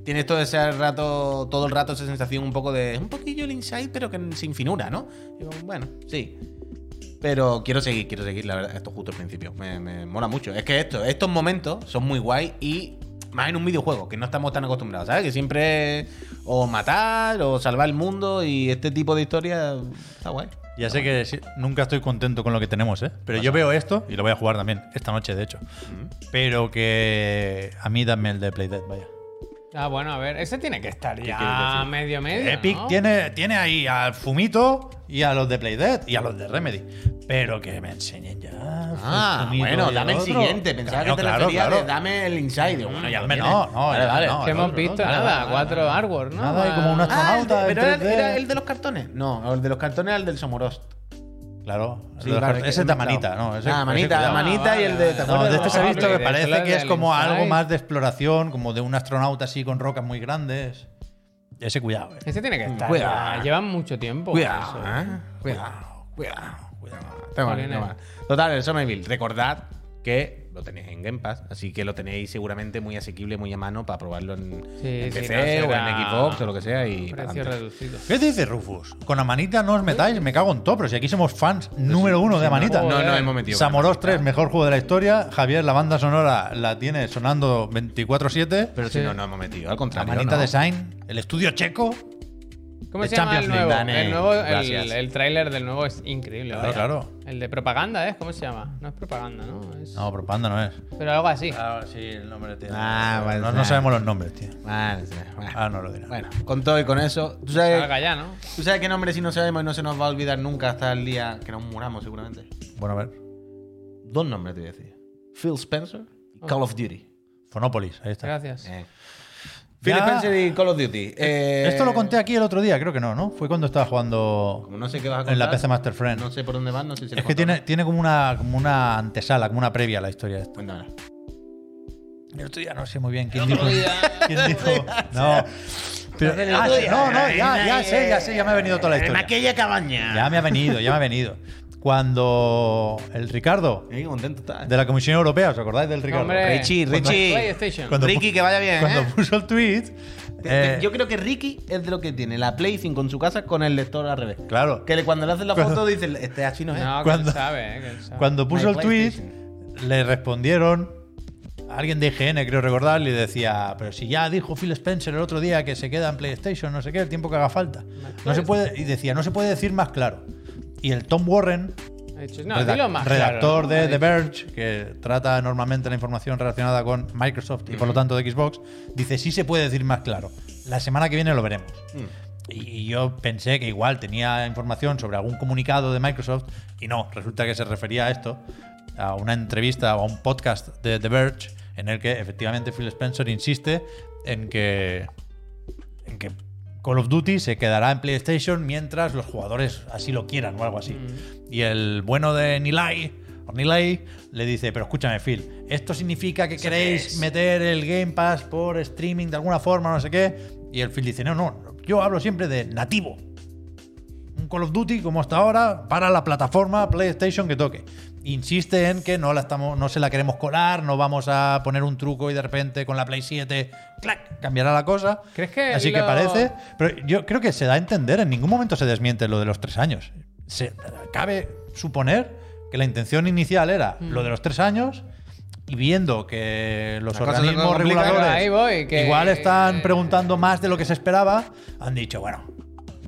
S3: tienes todo ese rato, todo el rato esa sensación un poco de un poquillo el inside, pero que sin finura, ¿no? Y como, bueno, sí. Pero quiero seguir, quiero seguir, la verdad, esto es justo al principio. Me, me mola mucho. Es que esto, estos momentos son muy guay y más en un videojuego, que no estamos tan acostumbrados, ¿sabes? Que siempre es o matar o salvar el mundo y este tipo de historia está guay.
S2: Ya sé que sí, nunca estoy contento con lo que tenemos, ¿eh? Pero yo veo esto y lo voy a jugar también, esta noche, de hecho.
S3: Mm.
S2: Pero que a mí dame el de Playdead, vaya.
S1: Ah, bueno, a ver. Ese tiene que estar ya medio medio.
S2: Epic
S1: ¿no?
S2: tiene, tiene ahí al Fumito y a los de Playdead y a los de Remedy. Pero que me enseñen ya.
S3: Ah,
S2: Fumito y
S3: bueno,
S2: el
S3: dame el
S2: otro.
S3: siguiente. Pensaba
S2: Claro,
S3: que te
S2: claro,
S3: refería
S2: claro.
S3: de dame el insider. Bueno, ya lo
S2: Hombre,
S3: tienes.
S2: no, no,
S3: Vale,
S2: ya
S3: vale.
S2: no.
S1: Que hemos visto
S2: Vale,
S1: nada,
S2: vale,
S1: cuatro artworks, ¿no?
S2: Nada, y como una-
S3: Ah, el de-
S2: Astronauta,
S3: pero
S2: el
S3: era,
S2: 3D.
S3: era el de los cartones. No, el de los cartones era el del Somorost.
S2: Claro.
S3: Sí,
S2: Los-
S3: vale, que
S2: ese es de
S3: me he
S2: manita,
S3: mezclado.
S2: ¿no? Ese-
S3: Ah,
S2: ese
S3: manita,
S2: cuidado.
S3: la manita y el de- ¿te
S1: Ah,
S2: No,
S3: acuerdas
S2: de este se ha
S1: Ah,
S2: visto que
S1: hombre, de
S2: parece
S1: Flash
S2: que es
S1: del
S2: como
S1: Inside.
S2: algo más de exploración, como de un astronauta así con rocas muy grandes. Ese cuidado, eh.
S1: Ese tiene que estar.
S3: Cuidado.
S1: ya. Llevan mucho tiempo.
S3: Cuidado,
S1: con eso.
S3: ¿eh? Cuidado, cuidado, cuidado. Está mal,
S1: Jolines.
S3: está mal. Total, el Somerville, recordad que lo tenéis en Game Pass, así que lo tenéis seguramente muy asequible, muy a mano para probarlo en,
S1: Sí,
S3: en
S1: sí,
S3: PC
S1: no
S3: o
S1: será
S3: en Xbox o lo que sea. Y
S1: Precio
S3: pa'lante.
S1: reducido.
S2: ¿Qué dice Rufus? Con la manita no os metáis, me cago en todo, pero si aquí somos fans número uno de manita.
S3: no, no,
S1: Joder.
S3: hemos metido.
S2: Samoros 3, mejor juego de la historia. Javier, la banda sonora la tiene sonando 24-7.
S3: Pero si
S1: Sí.
S3: no, no hemos metido. Al
S2: La
S3: contrario.
S2: manita
S3: no.
S2: design, el estudio checo.
S1: ¿Cómo
S2: The
S1: se llama el
S2: Champions
S1: nuevo?
S2: League,
S3: Dani.
S1: el nuevo,
S3: Gracias.
S1: el, el tráiler del nuevo es increíble.
S2: Claro,
S1: vaya.
S2: claro.
S1: El de propaganda, ¿eh? ¿Cómo se llama? No es propaganda, ¿no? Es-
S2: No, pero panda no es.
S1: Pero algo así.
S2: Ah, sí, el nombre tiene.
S3: Ah, vale,
S2: no,
S3: vale.
S2: no sabemos los nombres, tío.
S3: Vale, sí, bueno.
S2: Ah, no lo dirá.
S3: Bueno, con todo y con eso. ¿Tú sabes,
S1: Salga ya, ¿no?
S3: ¿Tú sabes qué nombre si no sabemos y no se nos va a olvidar nunca hasta el día que nos muramos, seguramente?
S2: Bueno, a ver.
S3: Dos nombres te voy a decir: Phil Spencer y Call of Duty.
S2: Fonopolis, ahí está.
S1: Gracias.
S3: Eh. Phil
S2: Ya.
S3: Spencer y Call of Duty. Eh,
S2: Esto lo conté aquí el otro día, creo que no, ¿no? Fue cuando estaba jugando
S3: Como no sé qué vas a contar.
S2: en la PC Master Friend.
S3: No sé por dónde vas, no sé si lo
S2: es que
S3: contamos.
S2: tiene, tiene como, una, como una antesala, como una previa a la historia esta.
S3: Cuéntamela.
S2: El otro día no sé muy bien quién dijo.
S3: <laughs>
S2: ¿Quién dijo? No. Pero-
S3: El
S2: ah,
S3: otro
S2: sí,
S3: día.
S2: no, no, ya, ya
S3: Eh,
S2: sé, ya sé, ya me ha venido toda la historia.
S3: aquella cabaña.
S2: Ya me ha venido, ya me ha venido. Cuando el Ricardo
S3: Qué contento está.
S2: de la Comisión Europea, ¿os acordáis del Ricardo?
S1: Hombre.
S3: Richie,
S1: Cuando-
S3: Richie.
S1: PlayStation.
S2: Cuando-
S3: Ricky, que vaya bien.
S2: Cuando
S3: ¿eh?
S2: puso el tweet,
S3: Te- te-
S2: eh,
S3: Yo creo que Ricky es de lo que tiene la Play 5 en su casa con el lector al revés.
S2: eh, claro,
S3: Que le- cuando le hacen la
S2: <laughs>
S3: foto dicen, este así no es.
S1: No, que
S2: Cuando-
S1: él sabe, ¿eh? Que él sabe.
S2: Cuando puso
S3: My
S2: el tweet,
S3: PlayStation.
S2: le respondieron a alguien de IGN, creo recordar, y decía, pero si ya dijo Phil Spencer el otro día que se queda en PlayStation, no sé qué, el tiempo que haga falta. No se puede, y decía, no se puede decir más claro. Y el Tom Warren,
S1: Ha dicho, Pues no,
S2: reda-
S1: dilo más
S2: redactor
S1: claro,
S2: de
S1: ¿no?
S2: The Verge, que trata normalmente la información relacionada con Microsoft y por lo tanto de Xbox, dice, sí se puede decir más claro. La semana que viene lo veremos.
S1: Mm.
S2: Y yo pensé que igual tenía información sobre algún comunicado de Microsoft y no, resulta que se refería a esto, a una entrevista o a un podcast de The Verge en el que efectivamente Phil Spencer insiste en que, en que Call of Duty se quedará en PlayStation mientras los jugadores así lo quieran o algo así. Y el bueno de Nilay, o Nilay le dice, pero escúchame Phil, ¿esto significa que queréis meter el Game Pass por streaming de alguna forma, no sé qué? Y el Phil dice, no, no, yo hablo siempre de nativo. Un Call of Duty como hasta ahora para la plataforma PlayStation que toque. Insiste en que no, la estamos, no se la queremos colar, no vamos a poner un truco y de repente con la Play 7 ¡clac! cambiará la cosa.
S1: ¿Crees que
S2: Así que
S1: lo-
S2: parece. Pero yo creo que se da a entender, en ningún momento se desmiente lo de los tres años. Se, cabe suponer que la intención inicial era lo de los tres años. Y viendo que los
S3: La cosa se
S2: organismos
S3: complica, claro,
S2: reguladores
S1: ahí voy, que-
S2: igual están
S1: eh,
S2: preguntando más de lo que se esperaba, han dicho, bueno,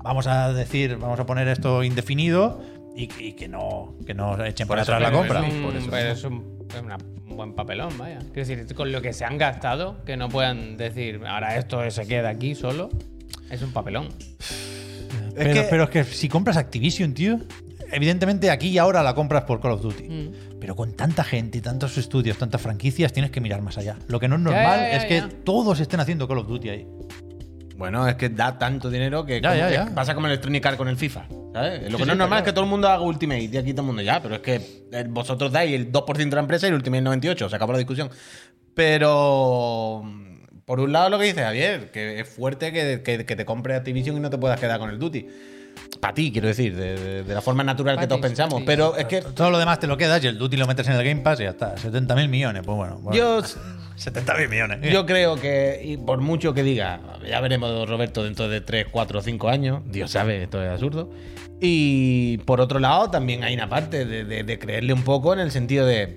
S2: vamos a decir, vamos a poner esto indefinido y, y que no que no echen
S3: Por
S2: para
S3: eso
S2: atrás la
S3: mismo,
S2: compra.
S1: Es
S3: Sí,
S1: un-
S3: por eso
S1: pero es un, es una- un buen papelón, vaya. Quiero decir, con lo que se han gastado, que no puedan decir, ahora esto se queda aquí solo, es un papelón.
S2: Pero,
S3: que-
S2: pero es que si compras Activision, tío, evidentemente aquí y ahora la compras por Call of Duty.
S1: Mm.
S2: Pero con tanta gente, tantos estudios, tantas franquicias, tienes que mirar más allá. Lo que no es normal
S1: ya, ya,
S2: es que
S1: ya.
S2: todos estén haciendo Call of Duty ahí.
S3: Bueno, es que da tanto dinero que
S2: Ya,
S3: como-
S2: ya, ya.
S3: que pasa como Electronic Arts con el FIFA. ¿sabes? Lo que
S2: sí,
S3: no
S2: está
S3: es normal es
S2: claro.
S3: que todo el mundo haga Ultimate y aquí todo el mundo ya, pero es que eh, vosotros dais el 2% de la empresa y el Ultimate el 98, se acabó la discusión. Pero mm, por un lado lo que dice Javier, que es fuerte que, que- que te compre Activision y no te puedas quedar con el Duty. Para ti, quiero decir, de, de- de la forma natural
S1: Pa'
S3: que
S1: ti,
S3: todos pensamos.
S1: sí.
S3: Pero es que
S2: Todo lo demás te lo quedas y el Duty lo metes en el Game Pass y ya está. 70.000 millones, pues bueno. bueno.
S3: yo
S2: 70.000 millones.
S3: Yo creo que, y por mucho que diga, ya veremos Roberto dentro de 3, 4, 5 años, Dios sabe, esto es absurdo. Y por otro lado, también hay una parte de, de- de creerle un poco en el sentido de,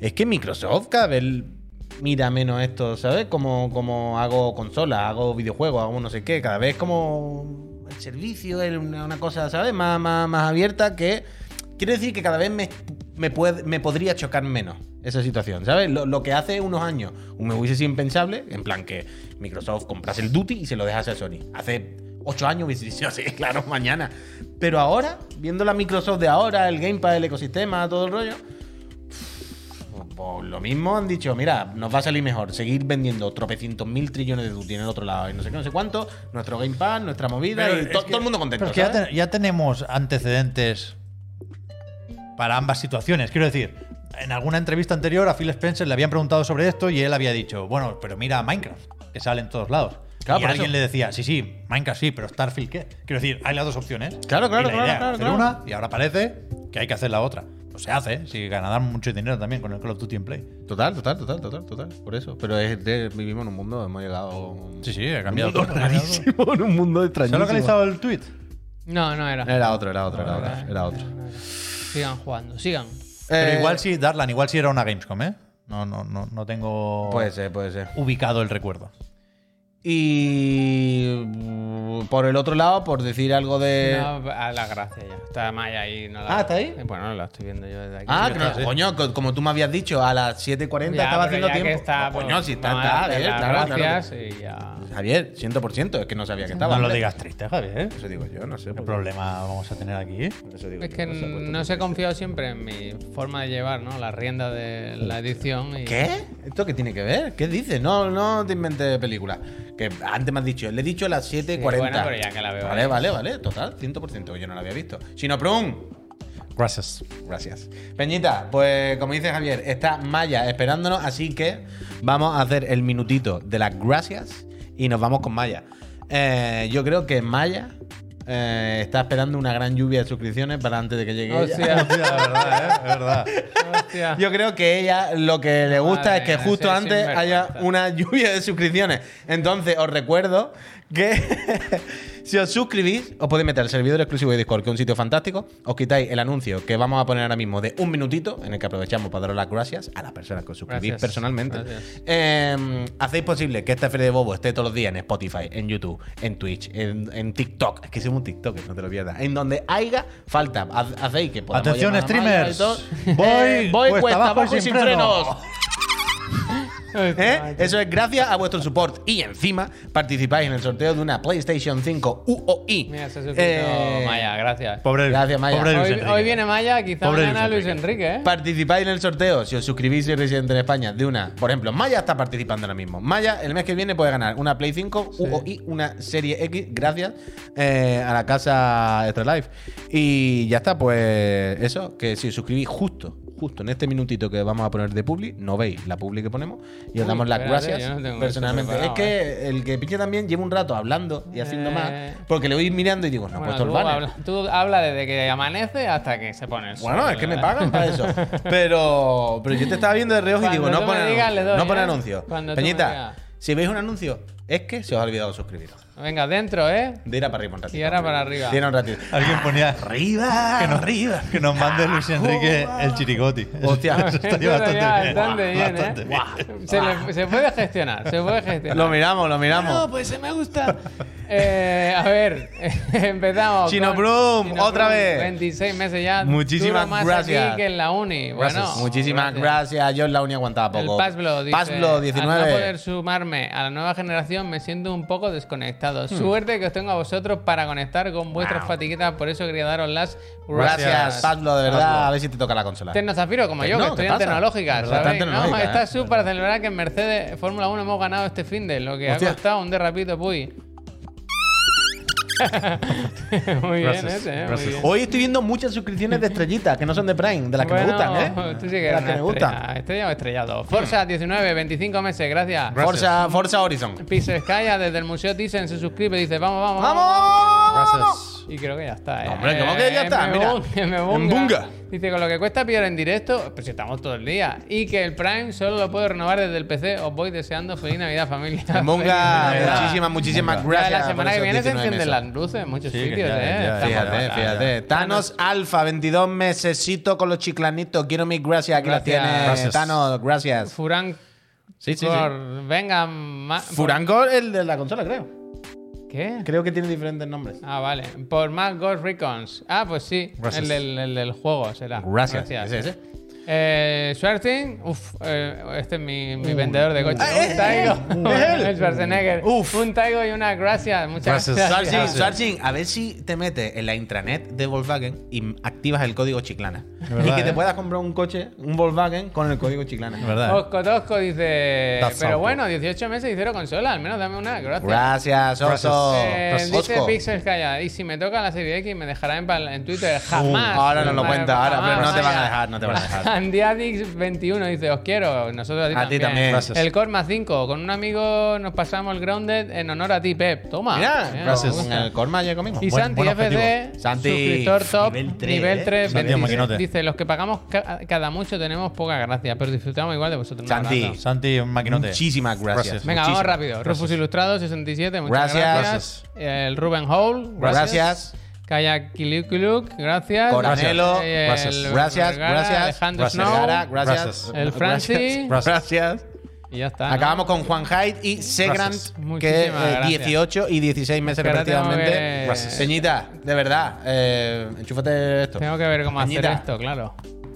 S3: es que Microsoft cada vez mira menos esto, ¿sabes? Como, como hago consola, hago videojuegos, hago no sé qué, cada vez como el servicio es una, una cosa, ¿sabes? Más, más, más abierta que... Quiero decir que cada vez me, me, puede- me podría chocar menos esa situación, ¿sabes? Lo, lo que hace unos años me hubiese sido impensable, en plan que Microsoft comprase el Duty y se lo dejase a Sony. Hace ocho años hubiese dicho, sí, <laughs> claro, mañana. Pero ahora, viendo la Microsoft de ahora, el Gamepad, el ecosistema, todo el rollo, pues lo mismo han dicho, mira, nos va a salir mejor seguir vendiendo tropecientos mil trillones de Duty en el otro lado y no sé qué, no sé cuánto, nuestro Gamepad, nuestra movida
S2: Pero
S3: y
S2: es
S3: to-
S2: que-
S3: todo el mundo contento.
S2: Pero es que ya,
S3: ¿sabes?
S2: te- ya tenemos antecedentes para ambas situaciones. Quiero decir, en alguna entrevista anterior a Phil Spencer le habían preguntado sobre esto y él había dicho, bueno, pero mira Minecraft, que sale en todos lados.
S3: Claro,
S2: y
S3: por
S2: alguien
S3: eso.
S2: le decía, sí, sí, Minecraft sí, pero Starfield qué. Quiero decir, hay las dos opciones.
S3: Claro, claro,
S2: Y la
S3: claro,
S2: idea era
S3: claro,
S2: hacer
S3: claro.
S2: una y ahora parece que hay que hacer la otra. Pues se hace, si ganarán mucho dinero también con el Call of Duty en Play.
S3: Total, total, total, total, total. Por eso. Pero es de- vivimos en un mundo, hemos llegado.
S2: Sí, sí,
S3: he
S2: ha cambiado todo, ha cambiado
S3: Rarísimo, <laughs> en un mundo
S2: ¿Se ha
S3: extrañísimo.
S2: localizado el tweet?
S1: No, no era.
S3: Era otro, era otro, era
S1: No,
S3: otro.
S1: no,
S3: Era otro.
S1: no, no. Sigan jugando, sigan.
S3: Eh,
S2: Pero igual sí, Darlan, igual sí era una Gamescom, ¿eh? No, no, no, no tengo
S3: Puede ser, puede ser.
S2: ubicado el recuerdo.
S3: Y. mm, Por el otro lado, por decir algo de.
S1: No, a la gracia ya. Está Maya ahí. No la...
S3: Eh. Ah, ¿está ahí?
S1: Bueno, la estoy viendo yo desde aquí.
S3: Ah, que no,
S2: sí.
S3: coño, co- como tú me habías dicho, a las 7.40
S1: Ya,
S3: estaba
S1: pero
S3: haciendo
S1: ya que
S3: tiempo.
S1: Está,
S3: No, coño,
S1: pues,
S3: si está,
S1: vamos a
S3: está,
S1: darle
S3: eh,
S1: las
S3: claro, claro.
S1: gracias y ya.
S3: Javier, 100%, es que no sabía que estaba.
S2: No lo
S3: hombre.
S2: digas triste, Javier.
S3: Eso digo yo, no sé.
S2: ¿Qué
S3: por-
S2: problema vamos a tener aquí?
S3: por eso digo
S1: Es
S3: yo,
S1: que
S3: no sé, por-
S1: no se ha confiado siempre en mi forma de llevar, ¿no? La rienda de la edición. Y...
S3: ¿Qué? ¿Esto qué tiene que ver? ¿Qué dices? No, no te inventes películas. Que antes me has dicho, le he dicho a las 7.40.
S1: bueno, pero ya que la veo
S3: Vale,
S1: ahí.
S3: vale, vale. Total, 100%. Yo no la había visto. Sino Prun.
S2: Gracias.
S3: Gracias. Peñita, pues como dice Javier, está Maya esperándonos, así que vamos a hacer el minutito de las gracias y nos vamos con Maya. Eh, yo creo que Maya eh, está esperando una gran lluvia de suscripciones para antes de que llegue. ella. <laughs>
S1: Hostia,
S2: Es <laughs> verdad, ¿eh? Es verdad.
S1: hostia.
S3: Yo creo que ella lo que le gusta
S1: Madre
S3: es que
S1: mía,
S3: justo
S1: sí,
S3: antes
S1: sinvergüenza.
S3: haya una <laughs> lluvia de suscripciones. Entonces, os recuerdo que <laughs> si os suscribís, os podéis meter al servidor exclusivo de Discord, que es un sitio fantástico. Os quitáis el anuncio que vamos a poner ahora mismo de un minutito, en el que aprovechamos para daros las gracias a las personas que os suscribís
S1: Gracias.
S3: personalmente.
S1: Gracias.
S3: Eh, hacéis posible que esta Feria de Bobo esté todos los días en Spotify, en YouTube, en Twitch, en, en TikTok. Es que somos un TikTok, no te lo pierdas. En donde haya falta, ha- hacéis que podamos
S2: Atención,
S3: llamar a Maya y
S2: streamers.
S3: todo.
S2: <laughs> Voy
S3: Eh,
S2: cuesta abajo y sin freno.
S3: <laughs> ¿Eh? Eso es gracias a vuestro support. Y encima participáis en el sorteo de una PlayStation 5 UOI.
S1: Mira, se ha suscrito
S3: Eh,
S1: Maya, gracias.
S2: Pobre,
S3: Gracias, Maya.
S2: pobre Luis
S1: hoy,
S2: Enrique.
S1: hoy viene Maya, quizá
S2: Pobre
S1: mañana
S2: Luis
S1: Luis Enrique, ¿eh?
S3: Participáis en el sorteo si os suscribís y residente en España de una. Por ejemplo, Maya está participando ahora mismo. Maya, el mes que viene puede ganar una Play 5, UOI, una Serie X, gracias eh, a la casa Extra Life. Y ya está, pues eso, que si os suscribís justo, justo en este minutito que vamos a poner de publi, no veis la publi que ponemos y os
S1: Uy,
S3: damos las
S1: espérate, yo no
S3: gracias
S1: tengo esto
S3: personalmente. Es
S1: preparado,
S3: que el que pinche también lleva un rato hablando y haciendo
S1: Eh.
S3: más, porque le voy mirando y digo, no,
S1: Bueno,
S3: pues puesto el
S1: tú,
S3: banner.
S1: habla, tú habla desde que amanece hasta que se pone el sol.
S3: Bueno, es que me pagan
S1: <laughs>
S3: para eso. Pero, pero yo te estaba viendo de reojo y
S1: Cuando
S3: digo, no
S1: tú me
S3: pone
S1: digas, le doy,
S3: no pone
S1: ¿eh?
S3: anuncio.
S1: Cuando tú me
S3: Peñita,
S1: digas.
S3: si veis un anuncio, es que se os ha olvidado suscribiros.
S1: Venga, dentro, ¿eh?
S3: De ir a para arriba un ratito.
S1: Y ahora para arriba.
S3: Tiene un ratito.
S2: Alguien
S1: <laughs>
S2: ponía
S3: ¡Arriba!
S2: que nos, que nos mande Luis Enrique el chirigoti.
S1: <laughs>
S3: Hostia.
S2: Eso estaría
S1: Esto
S2: bastante
S1: ya,
S2: bien.
S1: bastante bien, ¿eh?
S2: Bastante bien.
S1: Se, le- se puede gestionar, se puede gestionar.
S3: Lo miramos, lo
S1: No,
S3: miramos.
S1: pues se me
S2: <laughs>
S1: gusta. Eh, a ver, <laughs> empezamos.
S3: Chino
S1: con-
S3: Brum,
S1: Chino
S3: otra
S1: Brum,
S3: vez.
S1: 26 meses ya.
S3: Muchísimas
S1: Duro más
S3: gracias.
S1: aquí que en la uni.
S3: Gracias.
S1: Bueno,
S3: Muchísimas gracias. Yo en la uni aguantaba
S1: El
S3: poco.
S1: Pablo dice,
S3: Pablo,
S1: Al no
S3: 19.
S1: poder sumarme a la nueva generación me siento un poco conectados. Suerte que os tengo a vosotros para conectar con vuestras
S3: Hmm. Wow.
S1: fatiguitas. Por eso quería daros las gracias.
S3: Gracias, Pablo, de verdad.
S1: Pablo.
S3: A ver si te toca la consola.
S1: Tecno Zafiro, como
S3: Te-
S1: yo,
S3: no,
S1: que
S3: ¿qué
S1: estudiante
S3: pasa?
S1: tecnológica,
S3: Verdad,
S1: ¿sabes?
S3: tecnológica,
S1: No,
S3: ¿eh?
S1: está súper para celebrar que en Mercedes Fórmula 1 hemos ganado este fin de lo que
S3: Hostia.
S1: ha costado un derrapito,
S3: <laughs>
S1: puy. muy bien
S2: Gracias,
S1: ese, ¿eh? Muy
S2: gracias.
S1: bien.
S3: Hoy estoy viendo muchas suscripciones de estrellitas que no son de Prime, de las que me
S1: Bueno,
S3: gustan, ¿eh?
S1: Tú sí que
S3: de
S1: eres
S3: las
S1: una
S3: que me gustan.
S1: estrella, estrella o estrellado. Forza 19, 25 meses, gracias.
S2: Gracias.
S3: Forza,
S1: <laughs>
S3: Forza Horizon.
S1: Pisescaya desde el Museo Thyssen se suscribe, dice, vamos, vamos,
S3: ¡Vamos!
S2: Gracias.
S1: Y creo que ya está, ¿eh?
S3: No, hombre, ¿cómo que ya está?
S1: Me
S3: Mira,
S1: bunga, me
S3: en
S1: bunga.
S3: bunga.
S1: Dice, con lo que cuesta pillar en directo, pues si estamos todo el día. Y que el Prime solo lo puedo renovar desde el PC. Os voy deseando feliz Navidad, familia. <laughs>
S3: Monga,
S1: Feliz Navidad.
S3: muchísimas, muchísimas
S1: Ya
S3: gracias.
S1: La semana que
S3: por esos
S1: viene se
S3: 19
S1: encienden
S3: meses.
S1: las luces en muchos
S2: Sí, que
S1: sitios,
S2: ya,
S1: ¿eh?
S2: ya,
S1: Estamos-
S3: Fíjate, fíjate. Thanos Alfa, 22 mesecito con los chiclanitos. Quiero mis gracias. Aquí las
S1: Gracias.
S3: tienes.
S2: Gracias.
S3: Thanos, gracias.
S1: Furán.
S3: Sí, sí, sí.
S1: Cor- Venga, ma-
S3: Furanco, el de la consola, creo.
S1: ¿Qué?
S3: Creo que tiene diferentes nombres.
S1: Ah, vale. Por más Ghost Recons. Ah, pues sí.
S2: Gracias.
S1: El del, el del juego será.
S3: Gracias. Ese, ese.
S1: Eh, Schwarzenegger, uff, este es mi, mi vendedor de coches.
S3: Ah, es
S1: un
S3: él,
S1: Taigo,
S3: es él.
S1: un <laughs> Schwarzenegger,
S3: Uf.
S1: un Taigo y una gracias, muchas gracias. <laughs>
S2: Gracias,
S3: Sargin,
S2: Gracias.
S3: Sargin, a ver si te metes en la intranet de Volkswagen y activas el código Chiclana. <laughs> y
S2: verdad,
S3: que te
S2: ¿eh?
S3: puedas comprar un coche, un Volkswagen, con el código Chiclana.
S2: Es verdad. ¿eh?
S1: Osco Tosco dice,
S2: That's
S1: pero
S2: awful.
S1: bueno, 18 meses y cero consola, al menos dame una, gracias.
S3: Gracias, Oso.
S1: Eh, dice
S3: Osco.
S1: Pixels Calla, y si me toca la serie X me dejará en, pal- en Twitter, jamás.
S3: Ahora no lo
S1: Jamás,
S3: cuenta, ahora, pero no te van a
S1: jamás.
S3: dejar, no te van a dejar.
S1: Andiadix21 dice, os quiero, nosotros a ti
S3: A ti
S1: también.
S3: también.
S2: Gracias.
S1: El Corma 5, con un amigo nos pasamos el Grounded en honor a ti, Pep. Toma.
S3: Mira,
S1: Mira,
S3: gracias.
S1: me
S3: Con
S1: gusta.
S3: el Corma ya comimos.
S1: Y
S2: Buen-
S1: Santi
S2: buen
S1: FC,
S2: objetivo.
S3: Santi,
S1: suscriptor top, nivel 3,
S3: nivel tres, ¿eh?
S2: Santi, un maquinote.
S1: dice, los que pagamos ca- cada mucho tenemos poca gracia, pero disfrutamos igual de vosotros. Un
S3: Santi.
S1: abrazo.
S2: Santi, un maquinote.
S3: Muchísimas gracias.
S2: Gracias.
S1: Venga, vamos
S3: Muchísimas.
S1: rápido. Rufus Ilustrado, 67, muchas
S3: Gracias.
S1: gracias. Eh, El Ruben Hall, gracias.
S3: Gracias.
S1: Kayak Kilikuluk, gracias. Eh,
S3: Coranelo,
S1: El
S2: gracias.
S3: Gracias,
S1: Vergara,
S3: gracias.
S1: Alejandro
S2: Gracias.
S1: Snow.
S3: Vergara, gracias.
S2: Gracias. Ah.
S1: El Franci.
S3: Gracias. Gracias.
S1: Y ya está. ¿no?
S3: Acabamos con Juan Hyde y Segrant,
S2: Gracias.
S3: que eh,
S1: Muchísimas gracias.
S3: 18 y 16 meses
S1: Espérate,
S3: respectivamente.
S1: tengo que- Gracias.
S3: Peñita, de verdad, eh, enchúfate esto.
S1: Tengo que ver cómo hacer
S3: Peñita,
S1: esto, claro.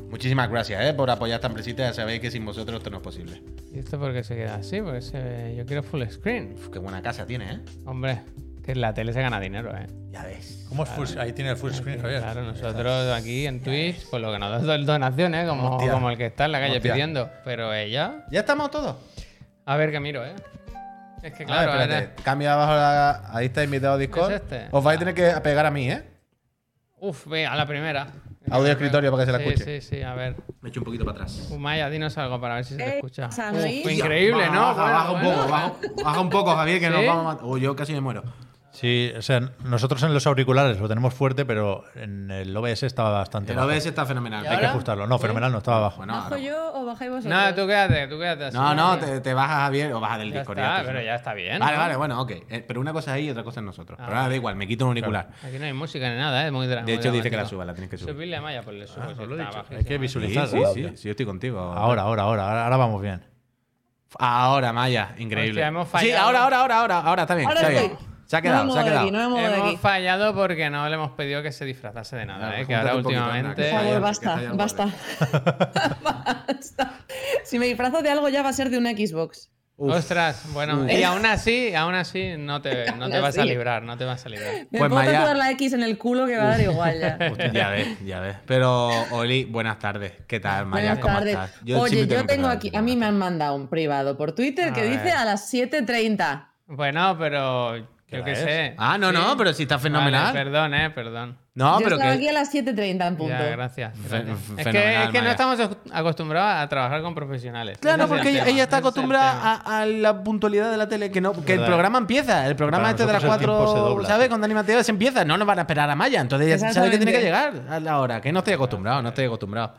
S3: Muchísimas gracias eh, por apoyar esta empresita. Ya sabéis que sin vosotros esto no es posible.
S1: ¿Y esto por qué se queda así? Porque se- yo quiero full screen.
S3: Uf, qué buena casa tiene, ¿eh?
S1: Hombre, que la tele se gana dinero, ¿eh?
S3: Ya ves.
S2: ¿Cómo es full screen? Ahí tiene el full screen, Javier.
S1: Claro, nosotros aquí en Twitch, pues lo que nos da es donaciones, como,
S2: Hostia.
S1: como el que está en la calle
S2: Hostia.
S1: pidiendo. Pero ella.
S3: Ya estamos todos.
S1: A ver qué miro, ¿eh? Es que
S3: Claro,
S1: claro,
S3: espérate.
S1: ahora-
S3: Cambia abajo la- Ahí está invitado a Discord.
S1: ¿Es este?
S3: Os vais a tener que apegar a mí, ¿eh?
S1: Uf, ve, a la primera.
S3: Audio escritorio para que se la
S1: Sí,
S3: escuche.
S1: Sí, sí, a ver.
S3: Me echo un poquito para atrás.
S1: Umaya, dinos algo para ver si se te
S4: Eh,
S1: escucha.
S4: San
S1: Uf,
S4: Luis.
S1: increíble, ¿no?
S3: Baja,
S1: Bueno,
S3: baja un
S1: bueno.
S3: poco, baja, baja un poco, Javier, que nos
S1: ¿Sí?
S3: vamos a matar. Uy, yo casi me muero.
S2: Sí, o sea, nosotros en los auriculares lo tenemos fuerte, pero en el OBS estaba bastante
S3: El
S2: bajo.
S3: OBS está fenomenal.
S1: ¿Y
S2: Hay que
S1: ahora?
S2: ajustarlo. No, fenomenal, no estaba bajo.
S3: Bueno,
S4: ¿Bajo
S3: ahora-
S4: yo o bajáis vosotros?
S1: No, tú quédate, tú quédate. así.
S3: No, no, te, te bajas Javier o bajas del
S1: Ya
S3: Discord.
S1: está,
S3: te-
S1: pero ya está bien,
S3: Vale,
S1: ¿no? Ah.
S3: vale, bueno, ok. Eh, Pero una cosa ahí y otra cosa en nosotros. Pero ahora da igual, me quito un auricular.
S1: Aquí no hay música ni nada, ¿eh? Muy dra-
S3: De
S1: muy
S3: hecho, dice que la
S1: dramático.
S3: suba, Ah, la tienes que subir.
S1: Subirle a Maya, pues le subo. si
S2: lo he
S1: está
S2: dicho.
S1: bajísimo.
S2: Hay que
S3: Sí,
S2: visualizar.
S3: sí,
S2: ¿no?
S3: sí, sí, yo estoy contigo.
S2: Ahora, ahora, ahora, ahora, ahora vamos bien.
S3: Ahora, Maya, increíble.
S1: Hostia, hemos
S3: sí,
S1: fallado.
S3: ahora, ahora, ahora, ahora, ahora, está bien.
S4: Ahora
S3: está
S4: estoy.
S3: bien. Se ha quedado,
S4: no me
S3: se ha
S4: muevo de
S3: quedado.
S4: aquí, no me muevo de
S1: Hemos
S4: aquí.
S1: fallado porque no le hemos pedido que se disfrazase de nada,
S3: Ah,
S1: ¿eh? que
S3: júntate
S1: ahora
S3: un poquito, anda,
S1: últimamente.
S3: que
S4: Por
S3: Vaya,
S4: favor,
S3: que te
S4: basta,
S3: haya
S4: basta. <laughs> Basta. Si me disfrazo de algo ya va a ser de una Xbox.
S3: Uf.
S1: Ostras, bueno,
S3: Uf.
S1: y aún así, aún así no te, no te
S4: Aún
S1: vas a
S4: así.
S1: librar, no te vas a librar.
S4: Me
S3: Pues
S4: puedo
S3: Maya- Pues,
S4: tatuar la X en el culo que va a dar
S3: <laughs>
S4: igual ya.
S3: Hostia, ya ves, ya ves. Pero, Oli, buenas tardes. ¿Qué tal, Maya?
S4: Buenas
S3: ¿Cómo
S4: tardes.
S3: estás?
S4: Oye,
S3: siempre
S4: yo
S3: que
S4: tengo
S3: empezar
S4: aquí,
S3: así.
S4: a mí me han mandado un privado por Twitter
S1: A
S4: que
S1: ver.
S4: dice a las 7.30.
S1: Bueno, pero yo
S2: hora
S1: qué
S2: es?
S1: sé.
S3: Ah, no,
S1: Sí.
S3: no, pero sí está fenomenal.
S1: Vale, perdón, eh, perdón.
S3: no,
S4: yo
S3: pero
S4: estaba
S3: que.
S4: aquí a las 7.30 en punto.
S1: Ya, gracias.
S3: Fe-
S1: gracias.
S3: fe-
S1: Es que,
S3: fenomenal,
S1: es que no
S3: Maya.
S1: estamos acostumbrados a trabajar con profesionales. Ese
S3: Claro,
S1: es el
S3: porque ella,
S1: tema,
S3: ella está
S1: ese es el tema.
S3: acostumbrada a, a la puntualidad de la tele, que no, que el
S2: Verdad.
S3: programa empieza, el programa
S2: Para
S3: este de las
S2: nosotros el tiempo se
S3: 4,
S2: dobla,
S3: ¿sabes?
S2: sí.
S3: Con Dani Mateo se empieza, no nos van a esperar a Maya, entonces ella sabe que tiene que
S4: Exactamente.
S3: llegar a la hora, que no estoy acostumbrado, no estoy acostumbrado.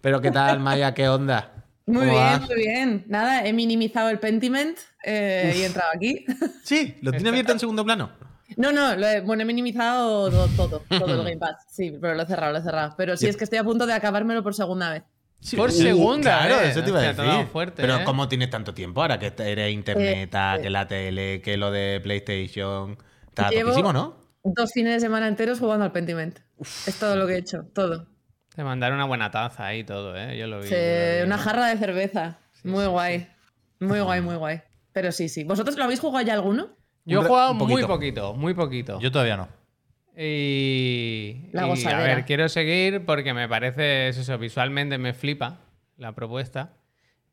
S3: Pero ¿qué tal, Maya? ¿Qué onda?
S4: Muy
S3: ¿Cómo
S4: bien,
S3: vas?
S4: muy bien. Nada, he minimizado el Pentiment eh, y he entrado aquí.
S3: Sí, lo tiene abierto en segundo plano.
S4: No, no, lo he- bueno, he minimizado todo, todo, todo
S3: <laughs>
S4: el Game Pass. Sí, pero lo he cerrado, lo he cerrado. Pero sí, es que estoy a punto de acabármelo por segunda vez.
S3: Sí.
S1: Por
S3: Uh,
S1: segunda
S3: Claro,
S1: vez.
S3: eso te iba a
S1: Hostia, te ha dado
S3: decir.
S1: fuerte,
S3: Pero
S1: eh.
S3: ¿cómo tienes tanto tiempo ahora? Que eres internet,
S4: Eh,
S3: ah, que la tele, que lo de PlayStation. Está
S4: Llevo-
S3: topísimo, ¿no?
S4: Dos fines de semana enteros jugando al Pentiment. Es todo lo que he hecho, todo.
S1: Te mandaron una buena taza ahí y todo, ¿eh? Yo lo vi.
S4: Sí,
S1: yo lo vi.
S4: una jarra de
S3: Ah.
S4: cerveza. Muy guay. Muy guay, muy guay. Pero sí, sí. ¿Vosotros lo habéis jugado ya alguno?
S1: Yo he
S3: Un re-
S1: jugado
S3: un
S1: muy
S3: poquito.
S1: poquito, muy poquito.
S2: Yo todavía no.
S1: Y,
S4: La
S1: y, a
S4: gozadera.
S1: ver, quiero seguir porque me parece es eso, visualmente me flipa la propuesta,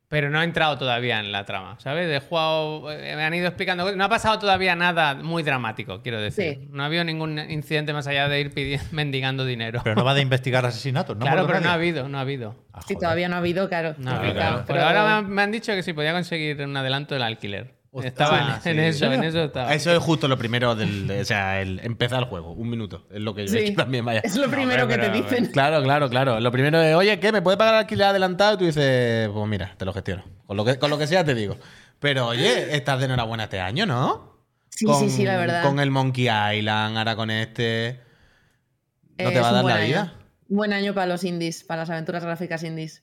S1: pero no he entrado todavía en la trama, ¿sabes? He jugado, eh, me han ido explicando, cosas. no ha pasado todavía nada muy dramático, quiero decir.
S4: Sí.
S1: No ha habido ningún incidente más allá de ir pidiendo, <laughs> mendigando dinero.
S2: Pero no va de investigar asesinatos, ¿no?
S1: claro,
S2: Por
S1: pero no ha
S2: nadie.
S1: habido, no ha habido.
S2: Ah,
S4: Si
S2: joder.
S4: todavía no ha habido, claro.
S1: No ha
S4: complicado,
S1: habido.
S4: pero-
S1: Pero ahora me han, me han dicho que si podía conseguir un adelanto del alquiler.
S3: Hostia,
S1: estaba
S3: sí.
S1: en eso, en eso estaba.
S3: Eso es justo lo primero del. O sea, el empezar el juego. Un minuto. Es lo que yo he
S4: Sí.
S3: hecho también, vaya.
S4: Es lo primero
S1: hombre,
S4: que te
S1: pero,
S4: dicen.
S3: Claro, claro, claro. Lo primero es, oye, ¿qué? ¿Me puede pagar el alquiler adelantado? Y tú dices, pues mira, te lo gestiono. Con lo que, con lo que sea te digo. Pero oye, estás de enhorabuena este año, ¿no?
S4: Sí, sí, sí, la verdad.
S3: Con el Monkey Island, ahora con este. No
S4: Eh,
S3: te va a
S4: es un
S3: dar
S4: buen
S3: la
S4: año.
S3: vida.
S4: Buen año para los indies, para las aventuras gráficas indies.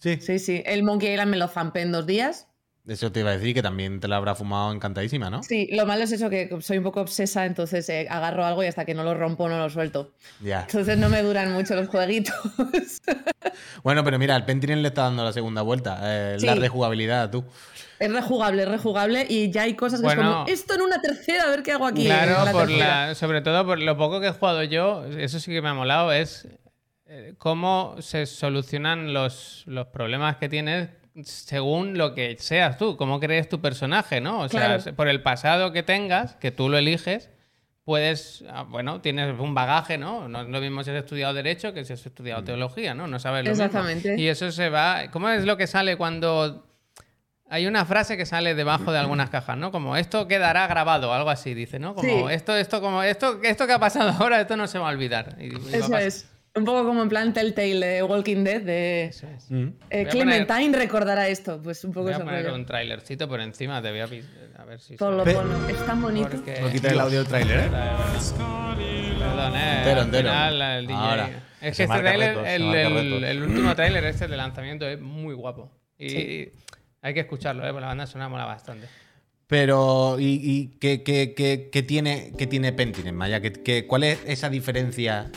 S2: Sí.
S4: Sí, sí. El Monkey Island me lo zampé en dos días.
S3: Eso te iba a decir que también te la habrá fumado encantadísima, ¿no?
S4: Sí, lo malo es eso, que soy un poco obsesa, entonces eh, agarro algo y hasta que no lo rompo no lo suelto.
S3: Ya.
S4: Entonces no me duran mucho los jueguitos. <laughs>
S3: Bueno, pero mira, el Pentinen le está dando la segunda vuelta. eh, La
S4: Sí.
S3: rejugabilidad, tú.
S4: Es rejugable, es rejugable y ya hay cosas que
S1: Bueno.
S4: es como, esto en una tercera, a ver qué hago aquí. en
S1: Claro,
S4: la
S1: por
S4: tercera".
S1: la, sobre todo por lo poco que he jugado yo, eso sí que me ha molado, es eh, cómo se solucionan los, los problemas que tienes según lo que seas tú, cómo crees tu personaje, ¿no? O sea,
S4: Claro.
S1: se- por el pasado que tengas, que tú lo eliges, puedes, ah, bueno, tienes un bagaje, ¿no? No es lo mismo si has estudiado Derecho que si has estudiado Teología, ¿no? No sabes lo mismo.
S4: Exactamente.
S1: Y eso se va... ¿Cómo es lo que sale cuando hay una frase que sale debajo de algunas cajas, ¿no? Como esto quedará grabado, algo así, dice, ¿no? Como
S4: Sí.
S1: esto, esto, como esto, esto que ha pasado <laughs> ahora, esto no se va a olvidar. Y- y va a
S4: Eso
S1: pasar.
S4: es. Un poco como en plan Telltale de Walking Dead, de
S1: Eso es.
S2: Mm.
S4: eh,
S1: Voy a
S4: Clementine recordará esto. Pues un poco
S1: Voy a
S4: eso.
S1: poner un trailercito por encima, te voy a, pis- a ver si.
S4: Por lo
S2: Pe-
S4: ponlo. Es tan bonito.
S1: Porque...
S3: el audio del tráiler, ¿eh?
S1: Perdón, eh.
S3: Entero,
S1: al
S3: entero.
S1: final, el DJ.
S3: Ahora.
S1: Es
S2: Se
S1: que este
S2: marca
S1: trailer,
S2: retos, se
S1: el,
S2: marca
S1: el-
S2: retos.
S1: el último trailer este de lanzamiento es muy guapo. Y hay que escucharlo, ¿eh? Porque la banda sonora mola bastante.
S3: Pero, ¿y, y qué, qué- qué- qué tiene, qué tiene Pentinen, Maya? ¿Qué, qué- cuál es esa diferencia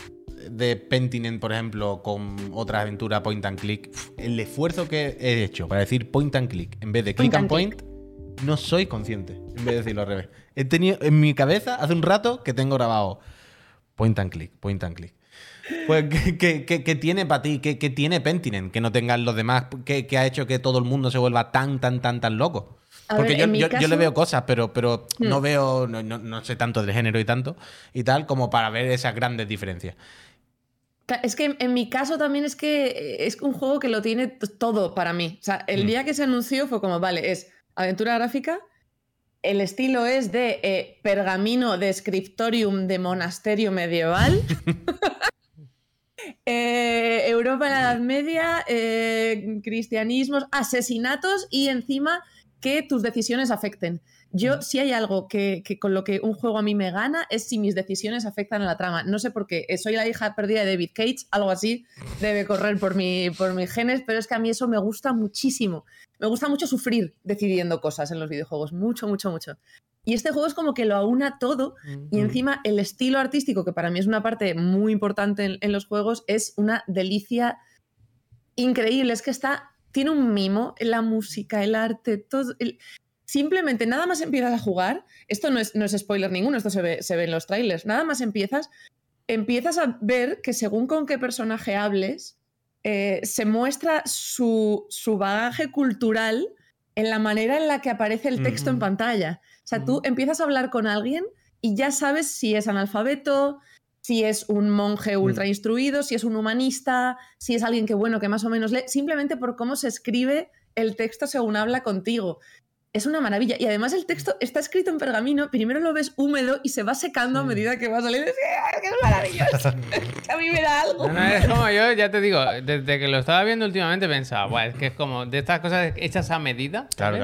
S3: de Pentinen, por ejemplo, con otras aventuras point and click? Uf, El esfuerzo que he hecho para decir point and click en vez de click
S4: Point
S3: and,
S4: and
S3: point, no soy consciente, en vez de decirlo al revés. He tenido en mi cabeza hace un rato que tengo grabado point and click, point and click. Pues, ¿qué, qué- qué- qué tiene para ti? ¿Qué, qué tiene Pentinen que no tengan los demás? ¿Qué, qué ha hecho que todo el mundo se vuelva tan, tan, tan, tan loco?
S4: A
S3: Porque
S4: ver,
S3: yo,
S4: en mi
S3: yo- yo le
S4: caso- Hmm.
S3: veo cosas, pero, pero no veo, no, no- no sé tanto del género y tanto y tal, como para ver esas grandes diferencias.
S4: Ca- Es que en- en mi caso también es que eh, es un juego que lo tiene t- todo para mí. O sea, el
S3: Mm.
S4: día que se anunció fue como, vale, es aventura gráfica, el estilo es de eh, pergamino de scriptorium de monasterio medieval, eh, Europa en la Edad Media, eh, cristianismos, asesinatos y encima que tus decisiones afecten. Yo, si hay algo que, que con lo que un juego a mí me gana, es si mis decisiones afectan a la trama. No sé por qué. eh, Soy la hija perdida de David Cage, algo así debe correr por, mi, por mis genes, pero es que a mí eso me gusta muchísimo. Me gusta mucho sufrir decidiendo cosas en los videojuegos. Mucho, mucho, mucho. Y este juego es como que lo aúna todo
S2: Mm.
S4: y
S1: Mm.
S4: encima el estilo artístico, que para mí es una parte muy importante en, en los juegos, es una delicia increíble. Es que está, tiene un mimo, la música, el arte, todo. el- Simplemente nada más empiezas a jugar, esto no es, no es spoiler ninguno, esto se ve, se ve en los trailers, nada más empiezas, empiezas a ver que según con qué personaje hables, eh, se muestra su, su bagaje cultural en la manera en la que aparece el texto en
S1: Ujú.
S4: pantalla. O sea, tú
S1: Ujú.
S4: empiezas a hablar con alguien y ya sabes si es analfabeto, si es un monje
S1: Mm.
S4: ultra instruido, si es un humanista, si es alguien que bueno, que más o menos lee, simplemente por cómo se escribe el texto según habla contigo. Es una maravilla. Y además el texto está escrito en pergamino, primero lo ves húmedo y se va secando a
S1: Sí.
S4: medida que va saliendo. <laughs> Es que, ¡ay, que es maravilloso! Que a mí me da algo.
S1: No, no, es como yo, ya te digo, desde que lo estaba viendo últimamente pensaba, "Buah, es que es como de estas cosas hechas a medida. ¿sabes?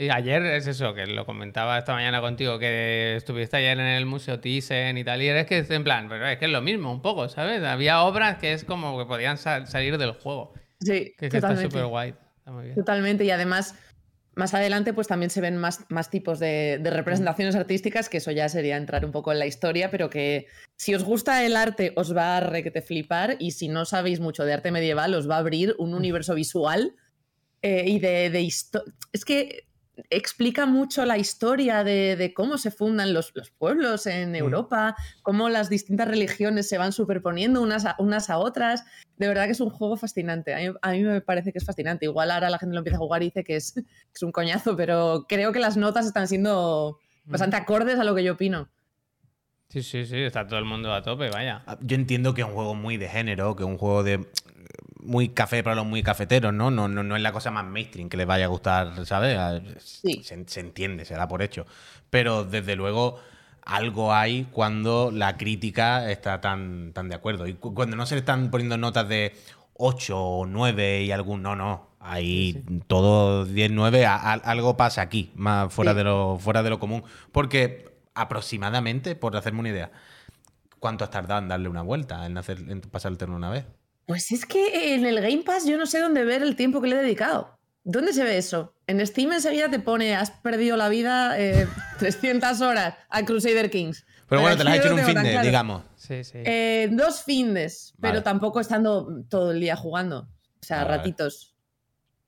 S1: Y ayer es eso, que lo comentaba esta mañana contigo, que estuviste ayer en el Museo Thyssen y tal, y es que es en plan, pero es que es lo mismo, un poco, ¿sabes? Había obras que es como que podían sal- salir del juego,
S4: Sí,
S1: que, es que está
S4: totalmente.
S1: súper guay. Está muy bien.
S4: Totalmente. Y además, más adelante, pues también se ven más, más tipos de, de representaciones artísticas, que eso ya sería entrar un poco en la historia, pero que si os gusta el arte, os va a requete flipar, y si no sabéis mucho de arte medieval, os va a abrir un universo visual eh, y de, de histo- Es que explica mucho la historia de, de cómo se fundan los, los pueblos en Europa, cómo las distintas religiones se van superponiendo unas a, unas a otras. De verdad que es un juego fascinante. A mí, a mí me parece que es fascinante. Igual ahora la gente lo empieza a jugar y dice que es, que es un coñazo, pero creo que las notas están siendo
S1: Mm.
S4: bastante acordes a lo que yo opino.
S1: Sí, sí, sí, está todo el mundo a tope, vaya.
S3: Yo entiendo que es un juego muy de género, que es un juego de muy café para los muy cafeteros, ¿no? No, no, no es la cosa más mainstream que les vaya a gustar, ¿sabes? A-
S4: Sí.
S3: Se, se entiende, se da por hecho. Pero desde luego algo hay cuando la crítica está tan, tan de acuerdo. Y cu- cuando no se le están poniendo notas de 8 o 9 y algún... No, no. Ahí todo 10, 9, a- a- algo pasa aquí, más fuera,
S4: Sí.
S3: de lo, fuera de lo común. Porque aproximadamente, por hacerme una idea, ¿cuánto has tardado en darle una vuelta, en, hacer, en pasar el turno una vez?
S4: Pues es que en el Game Pass yo no sé dónde ver el tiempo que le he dedicado. ¿Dónde se ve eso? En Steam enseguida te pone, has perdido la vida eh, <laughs> 300 horas a Crusader Kings.
S3: Pero bueno, te las has
S4: aquí
S3: hecho en
S4: no
S3: un
S4: tengo
S3: fin
S4: tan
S3: de,
S4: claro.
S3: digamos.
S1: Sí, sí.
S4: Eh, dos findes,
S3: Vale.
S4: pero tampoco estando todo el día jugando. O sea,
S3: Vale, vale.
S4: ratitos.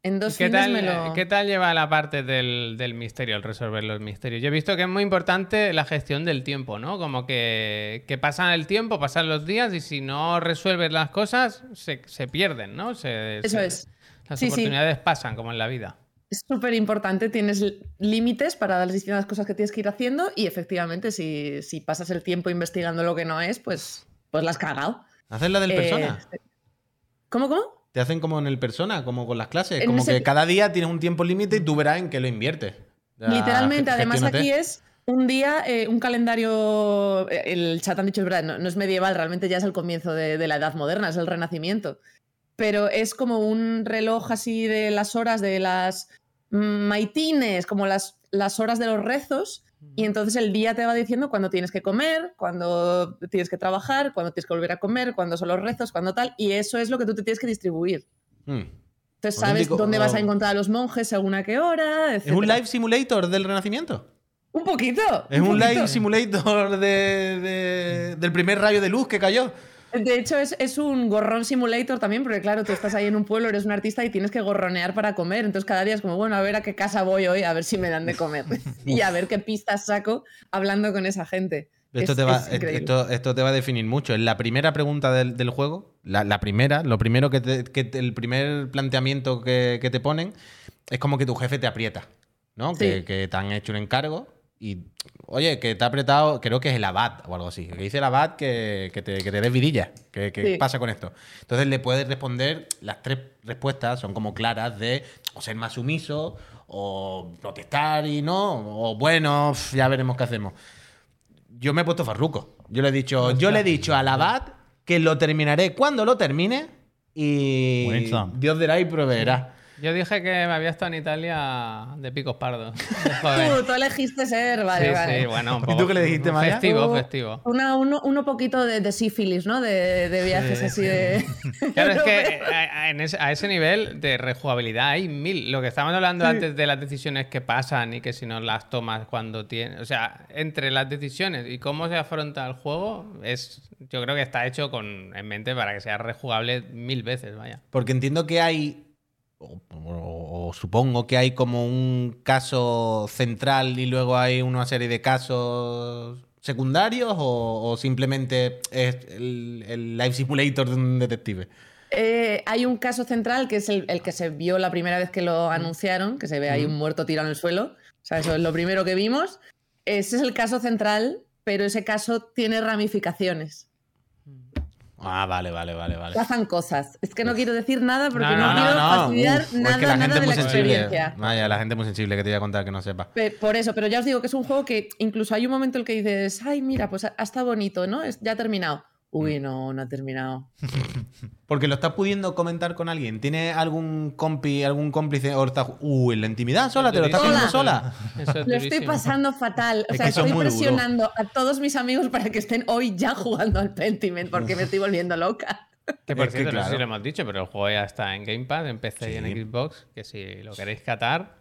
S4: En dos
S1: ¿Qué
S4: findes
S1: tal, eh,
S4: me lo...
S1: ¿Qué tal lleva la parte del, del misterio, el resolver los misterios? Yo he visto que es muy importante la gestión del tiempo, ¿no? Como que, que pasan el tiempo, pasan los días y si no resuelves las cosas, se, se pierden, ¿no? Se-
S4: Eso
S1: se-
S4: es.
S1: Las
S4: Sí, sí.
S1: oportunidades pasan, como en la vida.
S4: Es súper importante, tienes l- límites para las distintas cosas que tienes que ir haciendo y efectivamente si, si pasas el tiempo investigando lo que no es, pues, pues la has cagado.
S3: ¿Haces la del
S4: Eh,
S3: persona?
S4: ¿Cómo, cómo?
S3: Te hacen como en el persona, como con las clases.
S4: En
S3: Como
S4: ese
S3: que
S4: ti-
S3: cada día tienes un tiempo límite y tú verás en qué lo inviertes. Ya,
S4: Literalmente,
S3: ge-
S4: además
S3: gestiónate.
S4: aquí es un día, eh, un calendario, eh, el chat han dicho, es verdad, no, no es medieval, realmente ya es el comienzo de, de la Edad Moderna, es el Renacimiento, pero es como un reloj así de las horas de las mm, maitines, como las, las horas de los rezos, y entonces el día te va diciendo cuándo tienes que comer, cuándo tienes que trabajar, cuándo tienes que volver a comer, cuándo son los rezos, cuándo tal, y eso es lo que tú te tienes que distribuir.
S3: Mm.
S4: Entonces sabes
S3: Auténtico-
S4: dónde vas a encontrar a los monjes, según a qué hora, etc.
S3: Es un live simulator del Renacimiento.
S4: Un poquito.
S3: Es un
S4: poquito.
S3: live simulator de- de- del primer rayo de luz que cayó.
S4: De hecho, es, es un gorrón simulator también, porque claro, tú estás ahí en un pueblo, eres un artista y tienes que gorronear para comer. Entonces cada día es como, bueno, a ver a qué casa voy hoy, a ver si me dan de
S3: <laughs>
S4: comer. <laughs> y a ver qué pistas saco hablando con esa gente.
S3: Esto,
S4: Es-
S3: te va, eh,
S4: es increíble.
S3: esto, esto te va a definir mucho. Es la primera pregunta del, del juego. La, la primera, lo primero que, te- que te- el primer planteamiento que, que te ponen es como que tu jefe te aprieta, ¿no? Que,
S4: Sí.
S3: que te han hecho un encargo y, oye, que te ha apretado, creo que es el abad o algo así. Que dice el abad que, que te, que te des vidilla. ¿Qué
S4: Sí.
S3: pasa con esto? Entonces le puedes responder, las tres respuestas son como claras de o ser más sumiso o protestar y no, o bueno, pf, ya veremos qué hacemos. Yo me he puesto farruco. Yo le he dicho, yo le he dicho al abad que lo terminaré cuando lo termine y
S2: Winston.
S3: Dios dará y proveerá.
S1: Yo dije que me había estado en Italia de picos pardos. <laughs> de joven.
S4: Tú, tú elegiste ser, vale,
S1: sí,
S4: vale. Uh.
S1: sí, bueno. un
S3: ¿Y
S1: poco-
S3: tú qué le dijiste, Maya?
S1: Festivo,
S4: Tú-
S1: festivo.
S4: Una, uno, uno poquito de, de sífilis, ¿no? De, de viajes así de...
S1: <laughs> Claro,
S4: <laughs>
S1: es que a, a- en ese, a ese nivel de rejugabilidad hay mil. Lo que estábamos
S4: Hmm.
S1: hablando antes de las decisiones que pasan y que si no las tomas cuando tienes. O sea, entre las decisiones y cómo se afronta el juego, es yo creo que está hecho con en mente para que sea rejugable mil veces, vaya.
S3: Porque entiendo que hay, o, o- o supongo que hay como un caso central y luego hay una serie de casos secundarios o, o simplemente es el, el live simulator de un detective.
S4: Eh, hay un caso central que es el, el que se vio la primera vez que lo anunciaron, que se ve ahí un muerto tirado en el suelo. O sea, eso es lo primero que vimos. Ese es el caso central, pero ese caso tiene ramificaciones.
S3: Ah, vale, vale, vale, vale.
S4: Pasan cosas. Es que no quiero decir nada porque
S1: No,
S4: no,
S1: no,
S4: quiero fastidiar
S3: Uf,
S4: nada,
S3: es que la gente
S4: nada
S3: es
S4: de
S3: muy
S4: la
S3: sensible.
S4: experiencia.
S3: Vaya, la gente es muy sensible que te voy a contar que no sepa.
S4: Pe- Por eso, pero ya os digo que es un juego que incluso hay un momento en el que dices, ay, mira, pues ha ha estado bonito, ¿no? Es- Ya ha terminado. Uy,
S3: Mm.
S4: no, no ha terminado.
S3: Porque lo estás pudiendo comentar con alguien. ¿Tiene algún compi, algún cómplice? O estás, uh, en la intimidad sola, te lo estás
S4: Hola.
S3: haciendo sola.
S1: <laughs> Eso es
S4: Lo estoy
S1: durísimo.
S4: pasando fatal. O
S3: Es
S4: sea,
S3: que eso es
S4: estoy
S3: muy duro.
S4: presionando a todos mis amigos para que estén hoy ya jugando al Pentiment porque me estoy volviendo loca.
S1: Que por
S3: Es que
S1: cierto, no sé si
S3: claro.
S1: lo hemos dicho, pero el juego ya está en Game Pass, en PC y
S3: Sí.
S1: en Xbox, que si lo queréis catar,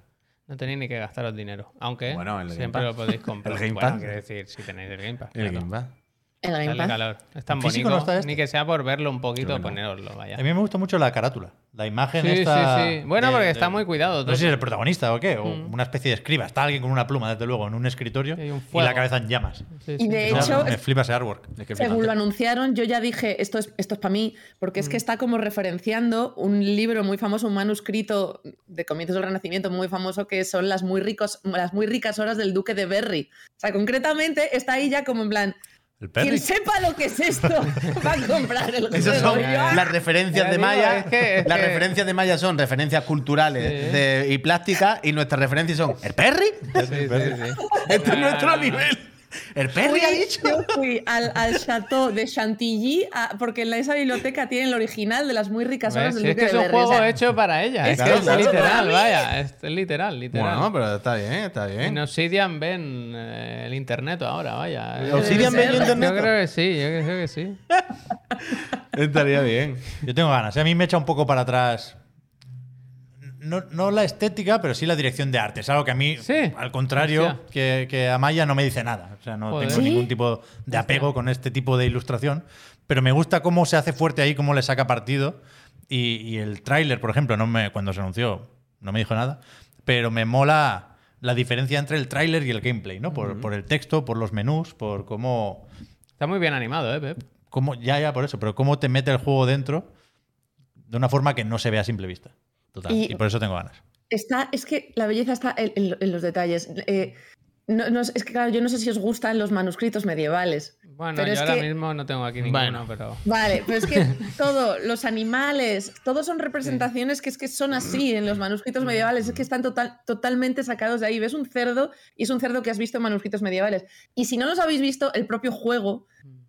S1: no tenéis ni que gastaros dinero. Aunque
S3: Bueno, el Game
S1: siempre lo
S3: Pass. <laughs>
S1: podéis comprar.
S3: El Game
S1: Bueno,
S3: Pass.
S1: quiero decir, si tenéis el Game Pass.
S3: El
S1: claro.
S3: Game Pass.
S4: En la
S1: Darle
S4: misma.
S1: calor. Es tan bonito.
S2: Físico no está este.
S1: Ni que sea por verlo un poquito, poneroslo, vaya.
S2: A mí me gusta mucho la carátula. La imagen
S1: Sí,
S2: esta
S1: sí, sí. Bueno,
S2: de-
S1: porque
S2: de-
S1: está muy cuidado.
S2: No
S1: todo. Mm.
S2: sé si es el protagonista o qué, o una especie de escriba. Está alguien con una pluma, desde luego, en un escritorio
S1: Sí, hay un
S2: y
S1: fuego.
S2: la cabeza en llamas.
S1: Sí,
S4: Y
S1: sí.
S4: de
S2: No,
S4: hecho,
S2: me flipa ese artwork.
S3: Es que
S4: Según lo
S3: flipante.
S4: anunciaron, yo ya dije, esto es, esto es para mí, porque es que está como referenciando un libro muy famoso, un manuscrito de comienzos del Renacimiento muy famoso, que son las muy, ricos, las muy ricas horas del duque de Berry. O sea, concretamente está ahí ya como en plan,
S2: El perro.
S4: quien sepa lo que es esto <laughs> va a comprar el juego.
S3: Esas son
S4: Y yo, "Ah".
S3: las referencias
S1: Ya
S3: de
S1: digo,
S3: Maya.
S1: es que- es
S3: las
S1: que-
S3: referencias de Maya son referencias culturales
S1: Sí.
S3: de- y plásticas. Y nuestras referencias son ¿El Perry? <laughs>
S1: Sí, sí, sí.
S3: Este es
S1: No,
S3: nuestro
S1: no, no.
S3: nivel. ¿El Perry
S4: Fui-
S3: ha dicho?
S4: Yo fui al, al Chateau de Chantilly a- porque en esa biblioteca tienen el original de las muy ricas horas
S1: ¿Ves?
S4: del
S1: Si es
S4: Duque
S1: que es
S4: de
S1: un
S4: Berry. o
S1: juego
S4: sea,
S1: hecho para ella. Es
S3: Es
S1: que
S3: que
S1: es
S3: es hecho
S4: para
S1: literal,
S4: mí.
S1: vaya. Es literal, literal.
S2: pues
S3: Bueno, pero está bien, está bien.
S1: En Obsidian ven eh, el internet ahora, vaya. eh.
S3: ¿En Obsidian
S4: ven el
S3: internet?
S1: Yo creo que sí, yo creo que sí. <laughs>
S3: Estaría bien.
S2: Yo tengo ganas. ¿eh? A mí me echa un poco para atrás. No, no la estética, pero sí la dirección de arte. Es algo que a mí,
S1: Sí.
S2: al contrario,
S1: Hostia.
S2: que, que a Maya no me dice nada. O sea, no
S1: Joder.
S2: tengo
S4: ¿Sí?
S2: ningún tipo de apego con este tipo de ilustración. Pero me gusta cómo se hace fuerte ahí, cómo le saca partido. Y, y el tráiler, por ejemplo, no me, cuando se anunció, no me dijo nada. Pero me mola la diferencia entre el tráiler y el gameplay, ¿no? Por, por el texto, por los menús, por cómo,
S1: Está muy bien animado, ¿eh, Pep?
S2: cómo- Ya, ya, por eso. Pero cómo te mete el juego dentro de una forma que no se ve a simple vista. Total. Y,
S4: Y-
S2: por eso tengo ganas.
S4: Está, es que la belleza está en, en- en los detalles. Eh, no- no es es que claro, yo no sé si os gustan los manuscritos medievales.
S1: Bueno,
S4: Pero
S1: yo
S4: es
S1: ahora
S4: que-
S1: mismo no tengo aquí ninguno, pero.
S4: Vale, pero
S1: <laughs>
S4: es que todo, los animales, todos son representaciones que es que son
S1: Mm.
S4: así en los manuscritos medievales, es que están total, totalmente sacados de ahí. Ves un cerdo y es un cerdo que has visto en manuscritos medievales. Y si no los habéis visto, el propio juego,
S1: Mm.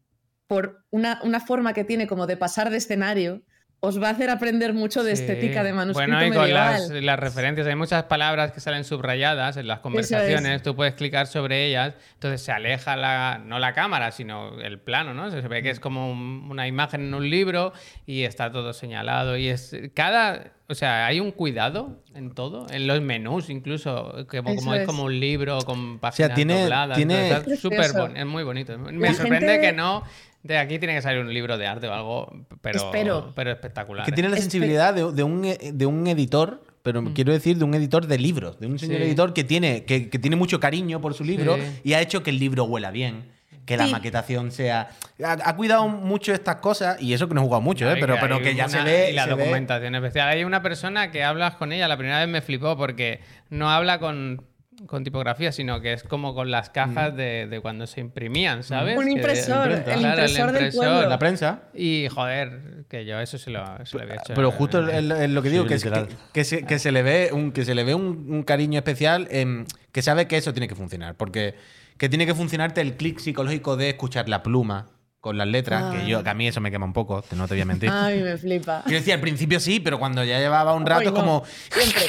S4: por una, una forma que tiene como de pasar de escenario, os va a hacer aprender mucho de
S1: Sí.
S4: estética de manuscrito
S1: Bueno, y con
S4: medieval.
S1: las, las referencias. Hay muchas palabras que salen subrayadas en las conversaciones. Tú puedes clicar sobre ellas. Entonces se aleja la, no la cámara, sino el plano, ¿no? Se
S4: Mm.
S1: ve que es como un- una imagen en un libro y está todo señalado. Y es cada. O sea, hay un cuidado en todo, en los menús incluso, que como, como
S4: Eso
S1: es.
S4: es.
S1: como un libro con páginas
S3: tiene-
S1: dobladas,
S3: tiene-
S1: todo está
S4: Es
S1: súper
S4: precioso.
S1: bon- es muy bonito. Me
S4: La
S1: sorprende
S4: gente-
S1: que no, de aquí tiene que salir un libro de arte o algo, pero,
S4: Espero.
S1: pero espectacular.
S3: Que
S1: ¿eh?
S3: tiene la
S4: Espe-
S3: sensibilidad de, de un, de un editor, pero quiero decir de un editor de libros, de un señor
S1: Sí.
S3: editor que tiene, que, que tiene mucho cariño por su libro
S1: Sí.
S3: y ha hecho que el libro huela bien. Que la
S4: Sí.
S3: maquetación sea. Ha, ha cuidado mucho estas cosas y eso que no he jugado mucho, ¿eh?
S1: Ay,
S3: pero,
S1: que
S3: pero
S1: hay
S3: que ya
S1: una-
S3: se ve.
S1: Y la
S3: se ve-
S1: documentación especial. Hay una persona que hablas con ella, la primera vez me flipó porque no habla con, con tipografía, sino que es como con las
S3: Mm.
S1: cajas de, de cuando se imprimían, ¿sabes?
S4: Un
S1: Que-
S4: impresor, el
S1: Claro,
S4: impresor del pueblo.
S3: La prensa.
S1: Y joder, que yo eso se lo, se lo había hecho.
S3: Pero justo
S1: en-
S3: el- el- lo que
S2: eh, Sí,
S3: digo, que, es-
S2: literal.
S3: que, que se, que se le ve, un, que se le ve un, un cariño especial, em, que sabe que eso tiene que funcionar. Porque que tiene que funcionarte el clic psicológico de escuchar la pluma con las letras,
S4: Ah.
S3: que, yo, que a mí eso me quema un poco, te- no te voy a mentir.
S4: Ay,
S1: <laughs>
S4: me flipa.
S3: Yo decía, al principio sí, pero cuando ya llevaba un rato
S4: Ay,
S3: es
S4: no.
S3: como...
S4: Siempre.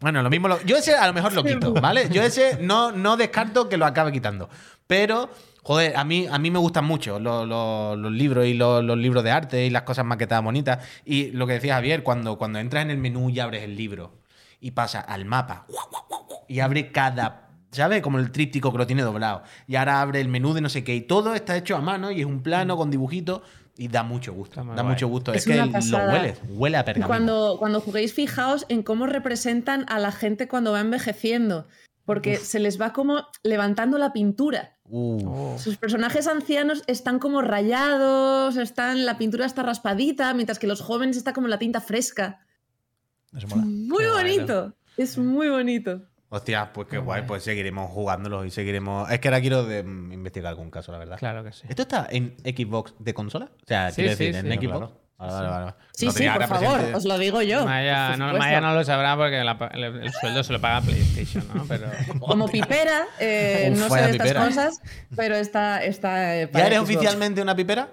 S3: Bueno, lo mismo. lo- yo ese a lo mejor lo quito, ¿vale? Yo ese no, no descarto que lo acabe quitando. Pero, joder, a mí, a mí me gustan mucho los, los- los libros y los, los libros de arte y las cosas maquetadas bonitas. Y lo que decía Javier, cuando, cuando entras en el menú y abres el libro y pasa al mapa y abre cada. ¿Sabes? Como el tríptico que lo tiene doblado. Y ahora abre el menú de no sé qué. Y todo está hecho a mano y es un plano con dibujitos. Y da mucho gusto.
S1: Está muy
S3: Da
S1: guay.
S3: mucho gusto. Es,
S4: Es
S3: que
S4: una
S3: lo
S4: pasada.
S3: hueles. Huele a pergamino.
S4: Cuando, cuando juguéis, fijaos en cómo representan a la gente cuando va envejeciendo, porque se les va como levantando la pintura.
S3: Uh.
S1: Oh.
S4: Sus personajes ancianos están como rayados, están, la pintura está raspadita, mientras que los jóvenes está como la tinta fresca.
S2: Eso mola.
S3: Mm.
S4: Muy
S1: Qué guay,
S4: bonito, es muy bonito.
S3: Hostia, pues qué guay, pues seguiremos jugándolos y seguiremos. Es que ahora quiero de- mm, investigar algún caso, la verdad.
S1: Claro que sí.
S3: ¿Esto está en Xbox de consola? O sea,
S1: Sí,
S3: quiero
S1: sí,
S3: decir, en
S1: sí,
S3: Xbox.
S1: claro.
S3: Vale, vale, vale.
S4: Sí,
S3: Lo
S4: sí,
S3: tenía
S4: por
S3: ahora
S4: favor,
S3: presente.
S4: os lo digo yo.
S1: Maya
S4: por
S1: no,
S4: supuesto.
S1: Maya no lo sabrá porque la pa- le- el sueldo se lo paga PlayStation, ¿no? Pero
S4: <laughs> Como pipera, eh,
S3: Uf,
S4: no sé
S3: vaya
S4: de estas
S3: pipera.
S4: cosas, pero está... está eh, para
S3: ¿Ya eres
S4: Xbox.
S3: oficialmente una pipera?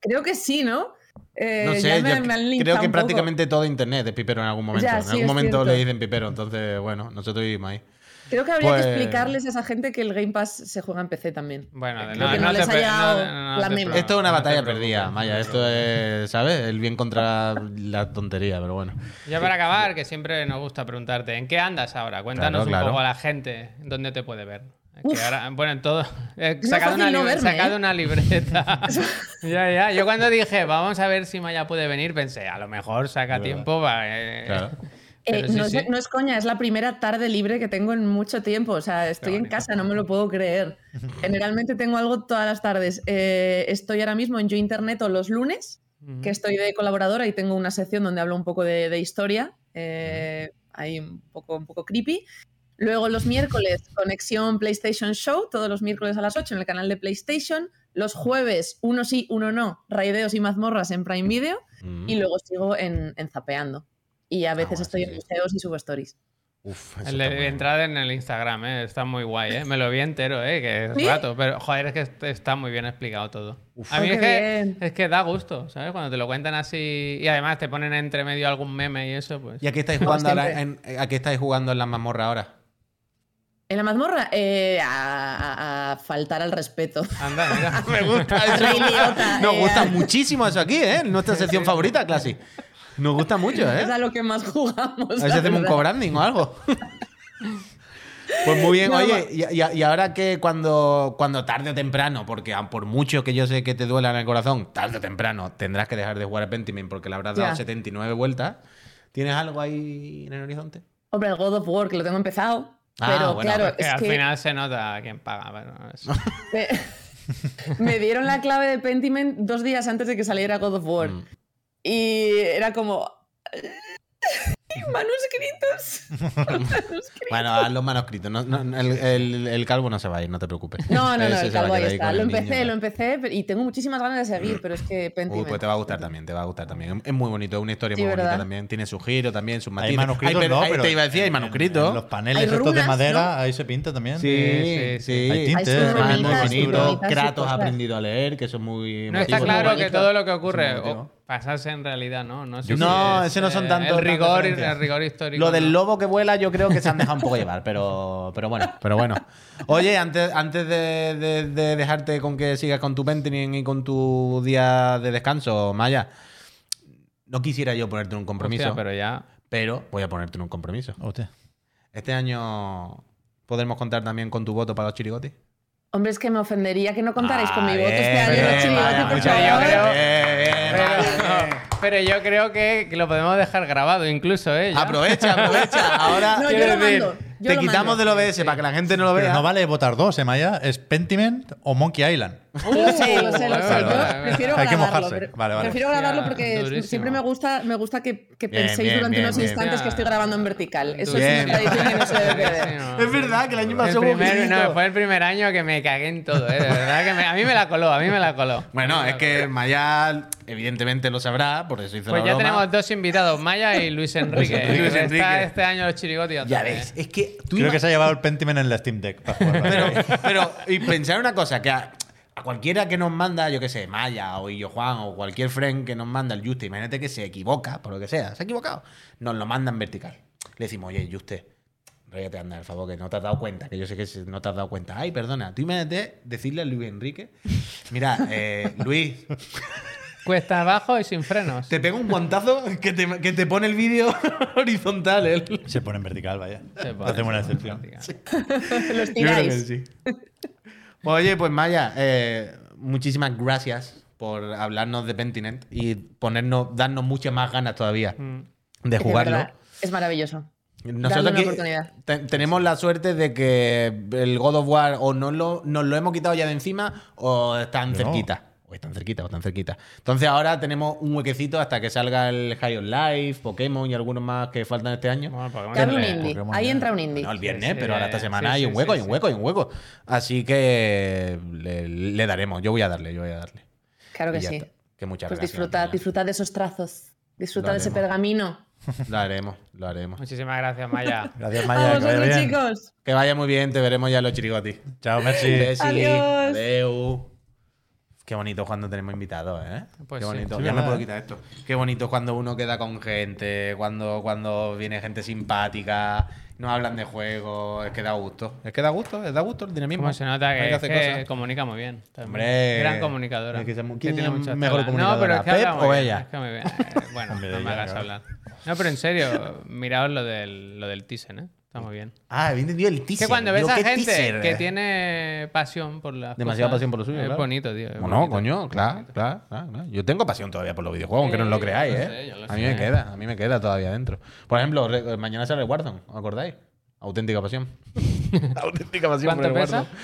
S4: Creo que sí, ¿no? Eh,
S3: No
S4: ya
S3: sé,
S4: me-
S3: yo
S4: me han linkado
S3: creo que
S4: un poco.
S3: prácticamente todo internet es pipero en algún momento.
S4: Ya,
S3: en
S4: sí,
S3: algún
S4: es
S3: momento
S4: cierto.
S3: le dicen pipero, entonces, bueno, nosotros vivimos ahí.
S4: Creo que habría
S3: Pues-
S4: que explicarles a esa gente que el Game Pass se juega en PC también.
S1: bueno, de-
S4: Creo que no
S1: te
S4: les ha
S1: pre-
S4: llegado la
S1: te
S4: memo.
S1: pre-
S3: esto es una
S1: Ah, no te
S3: batalla
S1: preocupes,
S3: perdida,
S1: no
S3: Maya.
S1: te
S3: Esto es, ¿sabes? El bien contra la tontería, pero bueno.
S1: Ya para acabar, que siempre nos gusta preguntarte, ¿en qué andas ahora? Cuéntanos
S3: Claro, claro.
S1: un poco a la gente dónde te puede ver. Que
S4: Uf.
S1: ahora- bueno, en todo. He
S4: No es
S1: sacado,
S4: fácil
S1: una,
S4: no
S1: libre-
S4: verme,
S1: sacado
S4: ¿eh?
S1: una
S4: <laughs>
S1: libreta. ya, ya. Yo cuando dije, vamos a ver si Maya puede venir, pensé, a lo mejor saca
S2: De verdad.
S1: tiempo para. eh,
S3: Claro.
S1: pero
S4: Eh,
S1: sí,
S4: no,
S1: sí.
S4: Es, no es coña, es la primera tarde libre que tengo en mucho tiempo. O sea, estoy en
S1: bonito.
S4: casa, no me lo
S1: <laughs>
S4: puedo creer. Generalmente tengo algo todas las tardes. Eh, estoy ahora mismo en Yo Internet o los lunes,
S1: Ujú.
S4: que estoy de colaboradora y tengo una sección donde hablo un poco de, de historia, eh, ahí un poco, un poco creepy. Luego los miércoles, conexión PlayStation Show, todos los miércoles a las 8 en el canal de PlayStation. Los jueves, uno sí, uno no, raideos y mazmorras en Prime Video.
S3: Mm.
S4: Y luego sigo en, en zapeando. Y a veces
S3: Ah, bueno,
S4: estoy
S3: sí,
S4: en
S3: sí.
S4: museos y subo stories.
S3: Uf, eso
S1: El
S3: está muy
S1: de entrada en el Instagram, eh, está muy guay, eh. me lo vi entero, eh, que es
S4: ¿Sí?
S1: rato, pero joder, es que est- está muy bien explicado todo.
S3: Uf.
S1: a mí
S4: Oh,
S1: es
S4: qué
S1: que,
S4: bien.
S1: es que da gusto, ¿sabes? Cuando te lo cuentan así y además te ponen entre medio algún meme y eso, pues.
S3: ¿Y a qué estáis
S4: No,
S3: jugando, ahora
S4: siempre.
S3: en- a qué estáis jugando en la mazmorra ahora?
S4: En la mazmorra, eh, a, a- a faltar
S3: <laughs>
S4: al respeto.
S1: Anda, mira.
S3: Me gusta
S4: <laughs> eso. Rey
S3: <laughs>
S4: idiota,
S3: Nos
S4: eh.
S3: gusta muchísimo eso aquí, ¿eh? Nuestra sección favorita, Classic. Nos gusta mucho, ¿eh?
S4: Es a lo que más <laughs> jugamos.
S3: A ver si
S4: la
S3: hacemos un
S4: verdad.
S3: co-branding o algo. Pues muy bien,
S4: No,
S3: oye, y, y- y ahora que cuando, cuando tarde o temprano, porque a- por mucho que yo sé que te duela en el corazón, tarde o temprano tendrás que dejar de jugar a Pentiment porque le habrás dado
S4: Ya.
S3: 79 vueltas, ¿tienes algo ahí en el horizonte?
S4: Hombre, el God of War, que lo tengo empezado.
S3: Ah,
S4: pero
S3: bueno,
S4: claro,
S1: Que
S4: es
S1: al
S4: que
S1: final se nota quién paga. pero es-
S4: me, <laughs> me dieron la clave de Pentiment dos días antes de que saliera God of War.
S3: Mm.
S4: Y era como. <laughs>
S3: <laughs>
S4: Manuscritos. Manuscritos.
S3: Bueno, haz los manuscritos. no- no- el, el- el calvo no se va a ir, no te preocupes.
S4: No, no, no,
S3: <laughs> Ese
S4: el
S3: se va a
S4: calvo ahí
S3: quedar ahí
S4: está.
S3: con
S4: Lo
S3: el niño,
S4: empecé,
S3: claro.
S4: lo empecé pero- y tengo muchísimas ganas de seguir, pero es que
S3: Uy,
S4: Pentiment.
S3: pues te va a gustar también, te va a gustar también. Es- Es muy bonito, es una historia
S4: Sí,
S3: muy bonita
S4: ¿verdad?
S3: también. Tiene su giro también, sus matices.
S2: Hay manuscritos,
S3: Hay per-
S2: no,
S3: hay-
S2: pero.
S3: Te iba a decir,
S2: en-
S3: hay
S2: en-
S3: manuscritos.
S2: en los paneles
S4: Hay
S2: estos
S4: runas,
S2: de madera, ahí se pinta también.
S1: Sí, sí, sí.
S2: Hay tintes,
S4: Hay sus
S3: Ah,
S4: ramitas,
S3: muy
S4: sus
S3: bonito.
S4: ramitas, sus
S3: Kratos ha
S4: cosas.
S3: aprendido a leer, que eso es muy.
S1: No está
S3: emotivo.
S1: claro que
S4: bonito.
S1: todo lo que ocurre
S2: Es muy
S1: o
S2: emotivo.
S1: pasarse en realidad, ¿no? No, sé
S3: Yo
S1: si
S3: no,
S1: es,
S3: ese no son
S1: eh,
S3: tantas
S1: El rigor,
S3: referencias.
S1: el rigor histórico.
S3: Lo del
S1: ¿no?
S3: lobo que vuela, yo creo que se han dejado <laughs> un poco llevar, pero, pero bueno. Pero bueno. <laughs> Oye, antes, antes de, de- de dejarte con que sigas con tu painting y con tu día de descanso, Maya, no quisiera yo ponerte en un compromiso,
S1: Hostia,
S3: pero...
S1: pero ya.
S3: voy a ponerte en un compromiso.
S2: Hostia.
S3: Este año podremos contar también con tu voto para los chirigotis.
S4: Hombre, es que me ofendería que no contarais con mi
S3: Ah,
S4: voto este
S3: bien,
S4: año en
S3: bien,
S4: el
S3: Maya,
S4: chiringuito, por
S1: mucho
S3: muchas
S1: yo
S4: favor.
S3: gracias.
S1: creo-
S3: Bien, bien,
S1: Pero,
S3: Maya.
S1: pero yo creo que lo podemos dejar grabado incluso, ¿eh? Ya.
S3: Aprovecha, aprovecha. Ahora
S4: No, yo
S3: quiero
S4: lo
S3: decir,
S4: mando, yo
S3: te
S4: lo
S3: quitamos
S4: mando.
S3: del OBS para que la gente no lo
S2: Pero
S3: vea.
S2: no vale votar dos, ¿eh, Maya? Es Pentiment o Monkey Island.
S4: Uh, Lo sé, lo sé, lo
S2: Vale,
S4: sé.
S2: vale,
S4: Yo
S2: vale.
S4: prefiero
S2: Hay que
S4: grabarlo.
S2: mojarse.
S4: pero-
S2: Vale, vale.
S4: Prefiero
S1: Hostia,
S4: grabarlo porque
S1: durísimo.
S4: siempre me gusta, me gusta que, que
S3: Bien,
S4: penséis
S3: bien,
S4: durante
S3: bien,
S4: unos
S3: bien.
S4: instantes que estoy grabando en vertical. Eso
S3: Bien.
S4: es una tradición que no se debe perder.
S1: Buenísimo.
S3: Es verdad que el año
S1: El
S3: pasado hubo
S1: primer-
S3: poquito.
S1: no, fue el primer año que me cagué en todo, ¿eh? De verdad que me- a mí me la coló, a mí me la coló.
S3: Bueno, es que Maya evidentemente lo sabrá, por eso hizo
S1: Pues
S3: la
S1: ya
S3: broma.
S1: tenemos dos invitados, Maya y Luis Enrique.
S3: Enrique. Luis
S1: Está
S3: Enrique.
S1: este año los chirigotis. a
S3: Ya
S1: tope.
S3: ves, es que tú
S2: Creo
S3: ima-
S2: que se ha llevado el Pentiment en la Steam Deck. para jugar, ¿vale? <laughs>
S3: pero, pero y pensar una cosa, que a, a cualquiera que nos manda, yo que sé, Maya o Illo Juan o cualquier friend que nos manda el Juste, imagínate que se equivoca, por lo que sea, se ha equivocado, nos lo mandan vertical. Le decimos, oye, Juste, ríete, anda, por favor, que no te has dado cuenta, que yo sé que se- no te has dado cuenta. Ay, perdona, tú imagínate decirle a Luis Enrique, mira, eh, Luis,
S1: Cuesta abajo y sin frenos.
S3: te pego un guantazo que te, que te pone el vídeo <laughs> horizontal, él.
S2: Se pone en vertical, vaya.
S1: <laughs> Se pone,
S2: Hacemos una
S1: se pone
S2: excepción.
S1: práctica.
S4: Los
S3: Yo creo que
S4: tiráis.
S3: sí. Oye, pues Maya, eh, muchísimas gracias por hablarnos de Pentinent y ponernos, darnos muchas más ganas todavía
S1: Mm.
S3: de
S4: Es
S3: jugarlo.
S4: verdad, Es maravilloso.
S3: Nosotros
S4: una
S3: aquí
S4: oportunidad.
S3: te- tenemos la suerte de que el God of War o no lo, nos lo hemos quitado ya de encima o están
S2: No.
S3: cerquita. O están cerquita, o están cerquita. Entonces ahora tenemos un huequecito hasta que salga el High on Life, Pokémon y algunos más que faltan este año.
S1: Bueno, pues Pokémon
S4: Cabe un
S1: tiene-
S4: indie.
S2: Pokémon
S4: Ahí
S2: ya.
S4: entra un indie.
S3: No, el viernes,
S1: Sí, sí,
S3: pero ahora esta
S1: sí,
S3: semana hay
S1: sí,
S3: un hueco,
S1: sí,
S3: hay un
S1: sí.
S3: hueco, hay un hueco. Así que le, le daremos, yo voy a darle, yo voy a darle.
S4: Claro que
S3: Y ya
S4: sí.
S3: está. Que muchas
S4: Pues
S3: gracias.
S4: disfrutad,
S3: Maya.
S4: disfrutad de esos trazos. Disfrutad de ese
S3: haremos.
S4: pergamino.
S3: Lo haremos, lo haremos.
S1: Muchísimas gracias,
S3: <laughs>
S1: Maya.
S2: Gracias,
S4: A
S2: Maya. que vaya
S4: vosotros,
S2: bien.
S4: chicos.
S3: Que vaya muy bien, te veremos ya en los chirigotis.
S2: Chao, merci.
S3: Besi.
S4: Adiós.
S3: Adeu. Qué bonito cuando tenemos invitados, ¿eh?
S1: Pues
S3: Qué
S1: sí.
S3: bonito.
S2: Sí,
S3: ya me
S2: ¿verdad?
S3: puedo quitar esto. Qué bonito cuando uno queda con gente, cuando, cuando viene gente simpática, nos hablan de juegos. Es que da gusto. Es que da gusto, es da gusto el dinamismo.
S1: Cómo se nota que,
S3: Hay
S1: es
S3: hacer
S1: que
S3: cosas.
S1: comunica muy bien. también.
S3: Hombre.
S1: Gran comunicadora.
S3: Es que se mu-
S1: Que
S3: ¿quién
S1: tiene
S3: es
S1: muchas
S3: mejor
S1: tablas.
S3: comunicadora,
S1: No, pero es que habla
S3: Pep
S1: muy
S3: o
S1: bien,
S3: ella?
S1: es que muy bien. Eh, Bueno,
S2: Hombre,
S1: no me
S2: ella,
S1: hagas
S2: claro.
S1: hablar. No, pero en serio, miraos lo del, lo del Thyssen, ¿eh? Está muy bien.
S3: Ah, había entendido el teaser.
S1: Que cuando ves
S3: Digo,
S1: a
S3: ¿qué
S1: gente
S3: teaser?
S1: que tiene pasión por la.
S3: Demasiada pasión por lo suyo,
S1: Es
S3: claro.
S1: bonito, tío. es
S3: Bueno, no,
S1: bonito.
S3: coño, claro, claro, claro, claro. Yo tengo pasión todavía por los videojuegos, aunque
S1: Sí,
S3: no os lo creáis,
S1: yo lo
S3: ¿eh?
S1: sé, yo lo
S3: a mí
S1: sé.
S3: me queda, a mí me queda todavía dentro. Por ejemplo, re- eh, mañana sale Warzone, ¿os acordáis? Auténtica pasión. <laughs> Auténtica pasión por
S1: ¿Cuánto
S3: el
S1: pesa?
S3: Warzone.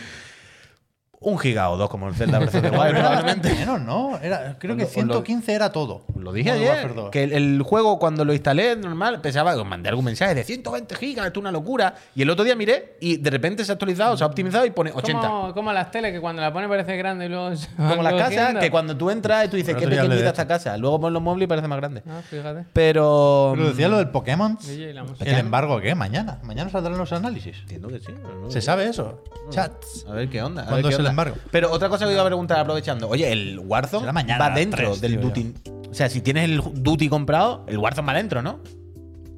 S3: Un giga o dos, como el Zelda Breath of <laughs> the Wild, probablemente.
S2: Menos, ¿no? Era, creo
S3: Os
S2: que
S3: lo- os lo-
S2: 115 era todo.
S3: Lo dije
S2: Modern
S3: ayer,
S2: Warfare 2.
S3: que el, el juego cuando lo instalé normal pensaba, os mandé algún mensaje de 120 gigas, esto es una locura. Y el otro día miré y de repente se ha actualizado, se ha optimizado y pone 80.
S1: Como, como las teles que cuando la pones parece grande y luego. <laughs> se
S3: Como
S1: van
S3: las casas,
S1: cogiendo.
S3: que cuando tú entras y tú dices,
S2: Bueno,
S3: qué
S2: otro día hablé
S3: pequeñita
S2: de
S3: esta casa. Luego pones los muebles y parece más grande.
S1: Ah, fíjate.
S3: Pero. mm,
S2: Pero decía lo del Pokémon.
S1: DJ y la música.
S2: El embargo, ¿qué? Mañana. Mañana saldrán los análisis.
S3: Entiendo que sí. pero no-
S2: ¿Se sabe eso? Chats.
S3: A ver qué onda. a ver
S2: ¿Cuándo
S3: qué
S2: es el
S3: onda.
S2: embargo?
S3: Pero otra cosa que iba a preguntar aprovechando. Oye, el Warzone
S2: Será mañana a
S3: va
S2: las
S3: dentro
S2: tres,
S3: del
S2: tío,
S3: Duty. O sea, si tienes el Duty comprado, el Warzone va dentro, ¿no?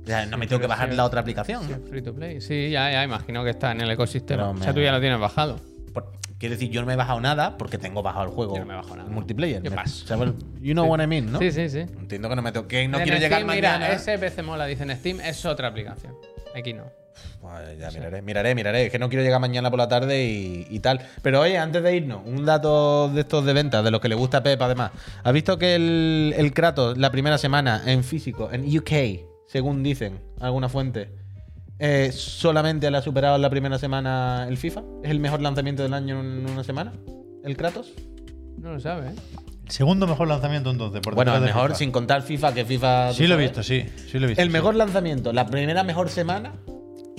S3: O sea, no me tengo que
S1: pero
S3: bajar
S1: sí.
S3: la otra aplicación.
S1: Sí, Free to play. Sí, ya, ya, imagino que está en el ecosistema.
S3: Pero
S1: o sea,
S3: me-
S1: tú ya lo tienes bajado.
S3: Por- quiero decir, yo no me he bajado nada porque tengo bajado el juego.
S1: Yo no me he bajado nada.
S3: Multiplayer.
S1: ¿Qué
S3: Me-
S1: pasa?
S3: o sea, bueno, you know what I mean, ¿no?
S1: Sí, sí, sí.
S3: Entiendo que no me tengo. Que no
S1: En
S3: quiero llegar ¿eh?
S1: Steam,
S3: mañana.
S1: Mira, SPC Mola, dicen Steam, es otra aplicación. Aquí no.
S3: Vale, Pues ya miraré, miraré, miraré. Es que no quiero llegar mañana por la tarde y, y tal. Pero oye, antes de irnos, un dato de estos de ventas, de los que le gusta a Pep, además. ¿Has visto que el, el Kratos, la primera semana en físico, en UK, según dicen alguna fuente, eh, solamente la ha superado en la primera semana el FIFA? ¿Es el mejor lanzamiento del año en una semana? ¿El Kratos?
S1: No lo sabes, ¿eh?
S2: El segundo mejor lanzamiento entonces. Por
S3: bueno, el
S2: detrás de
S3: mejor
S2: FIFA.
S3: sin contar FIFA, que FIFA.
S2: Sí lo he
S3: ¿sabes?
S2: visto, sí. Sí lo he visto.
S3: El
S2: sí.
S3: mejor lanzamiento, la primera mejor semana.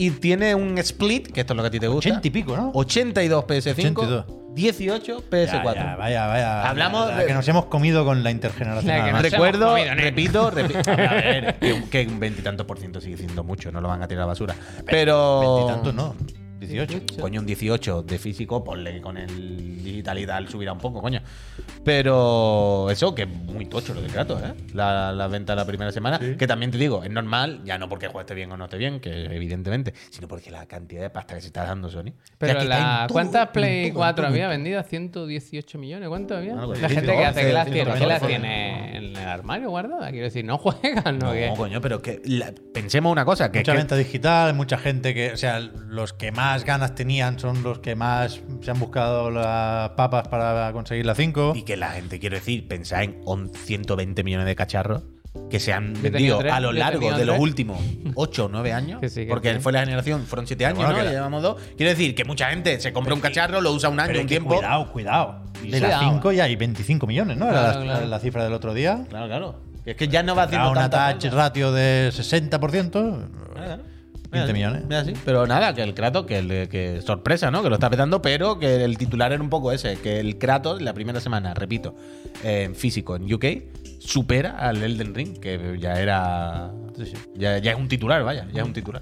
S3: Y tiene un split, que esto es lo que a ti te gusta.
S2: 80 y pico, ¿no?
S3: 82 PS5,
S2: 82.
S3: 18
S2: Ya,
S3: PS4.
S2: ya, vaya, vaya.
S3: Hablamos
S2: la
S3: de-
S2: que nos hemos comido con la intergeneracional.
S1: La que
S2: macho.
S1: nos-
S3: Recuerdo,
S1: hemos comido, ¿no?
S3: repito, repito, a ver, <laughs> que, que un veintitantos por ciento sigue siendo mucho, no lo van a tirar a la basura. Pero.
S2: Veintitantos, no. 18.
S3: Coño, un 18 de físico, ponle con el digital y tal, subirá un poco, coño. Pero eso, que es muy tocho lo de Kratos, ¿eh? La, la venta de la primera semana. Que también te digo, es normal, ya no porque juegue esté bien o no esté bien, que evidentemente, sino porque la cantidad de pasta que se está dando Sony.
S1: Pero
S3: O sea, que está
S1: la,
S3: en todo,
S1: ¿cuántas
S3: en todo,
S1: Play
S3: en
S1: 4
S3: todo, en
S1: había
S3: todo.
S1: vendidas? 118 millones. ¿Cuánto había?
S3: Algo así.
S1: La gente que
S3: 111,
S1: hace que las tiene, que las
S3: 114.
S1: tiene en el armario guardada. Quiero decir, no <laughs> juegan, ¿no?
S3: No,
S1: ¿Qué?
S3: coño, pero que la- pensemos una cosa, que,
S2: Mucha
S3: que-
S2: venta digital, mucha gente que, o sea, los que más ganas tenían son los que más se han buscado las papas para conseguir la 5.
S3: y que la gente, quiero decir, pensar en on- 120 millones de cacharros que se han
S1: he tenido
S3: vendido
S1: tres,
S3: a lo
S1: yo he
S3: largo
S1: tenido
S3: de los
S1: tres. <laughs>
S3: últimos 8 o 9 años,
S1: Que sí, que
S3: porque
S1: sí.
S3: fue la generación, fueron 7 años,
S2: bueno,
S3: ¿no?
S2: que
S3: Ya
S2: la-
S3: llevamos dos. Quiero decir que mucha gente se compra un cacharro, lo usa un año,
S2: Pero
S3: un
S2: que
S3: tiempo.
S2: cuidado, cuidado. De la
S1: Cuidado.
S2: 5 ya hay 25 millones, ¿no? Era
S1: Claro,
S2: la,
S1: claro.
S2: la cifra del otro día.
S3: Claro, claro. Que es que ya no va
S2: Era
S3: haciendo
S2: una
S3: tanta
S2: touch
S3: falta.
S2: ratio de 60%.
S3: Nada, ¿no?
S2: 20 millones.
S3: Mira, sí. Pero nada, que el Kratos, que, el- que sorpresa, ¿no? Que lo está petando, pero que el titular era un poco ese. Que el Kratos, la primera semana, repito, en físico en UK, supera al Elden Ring, que ya era.
S2: Sí, sí.
S3: Ya, ya es un titular, vaya, ya es un titular.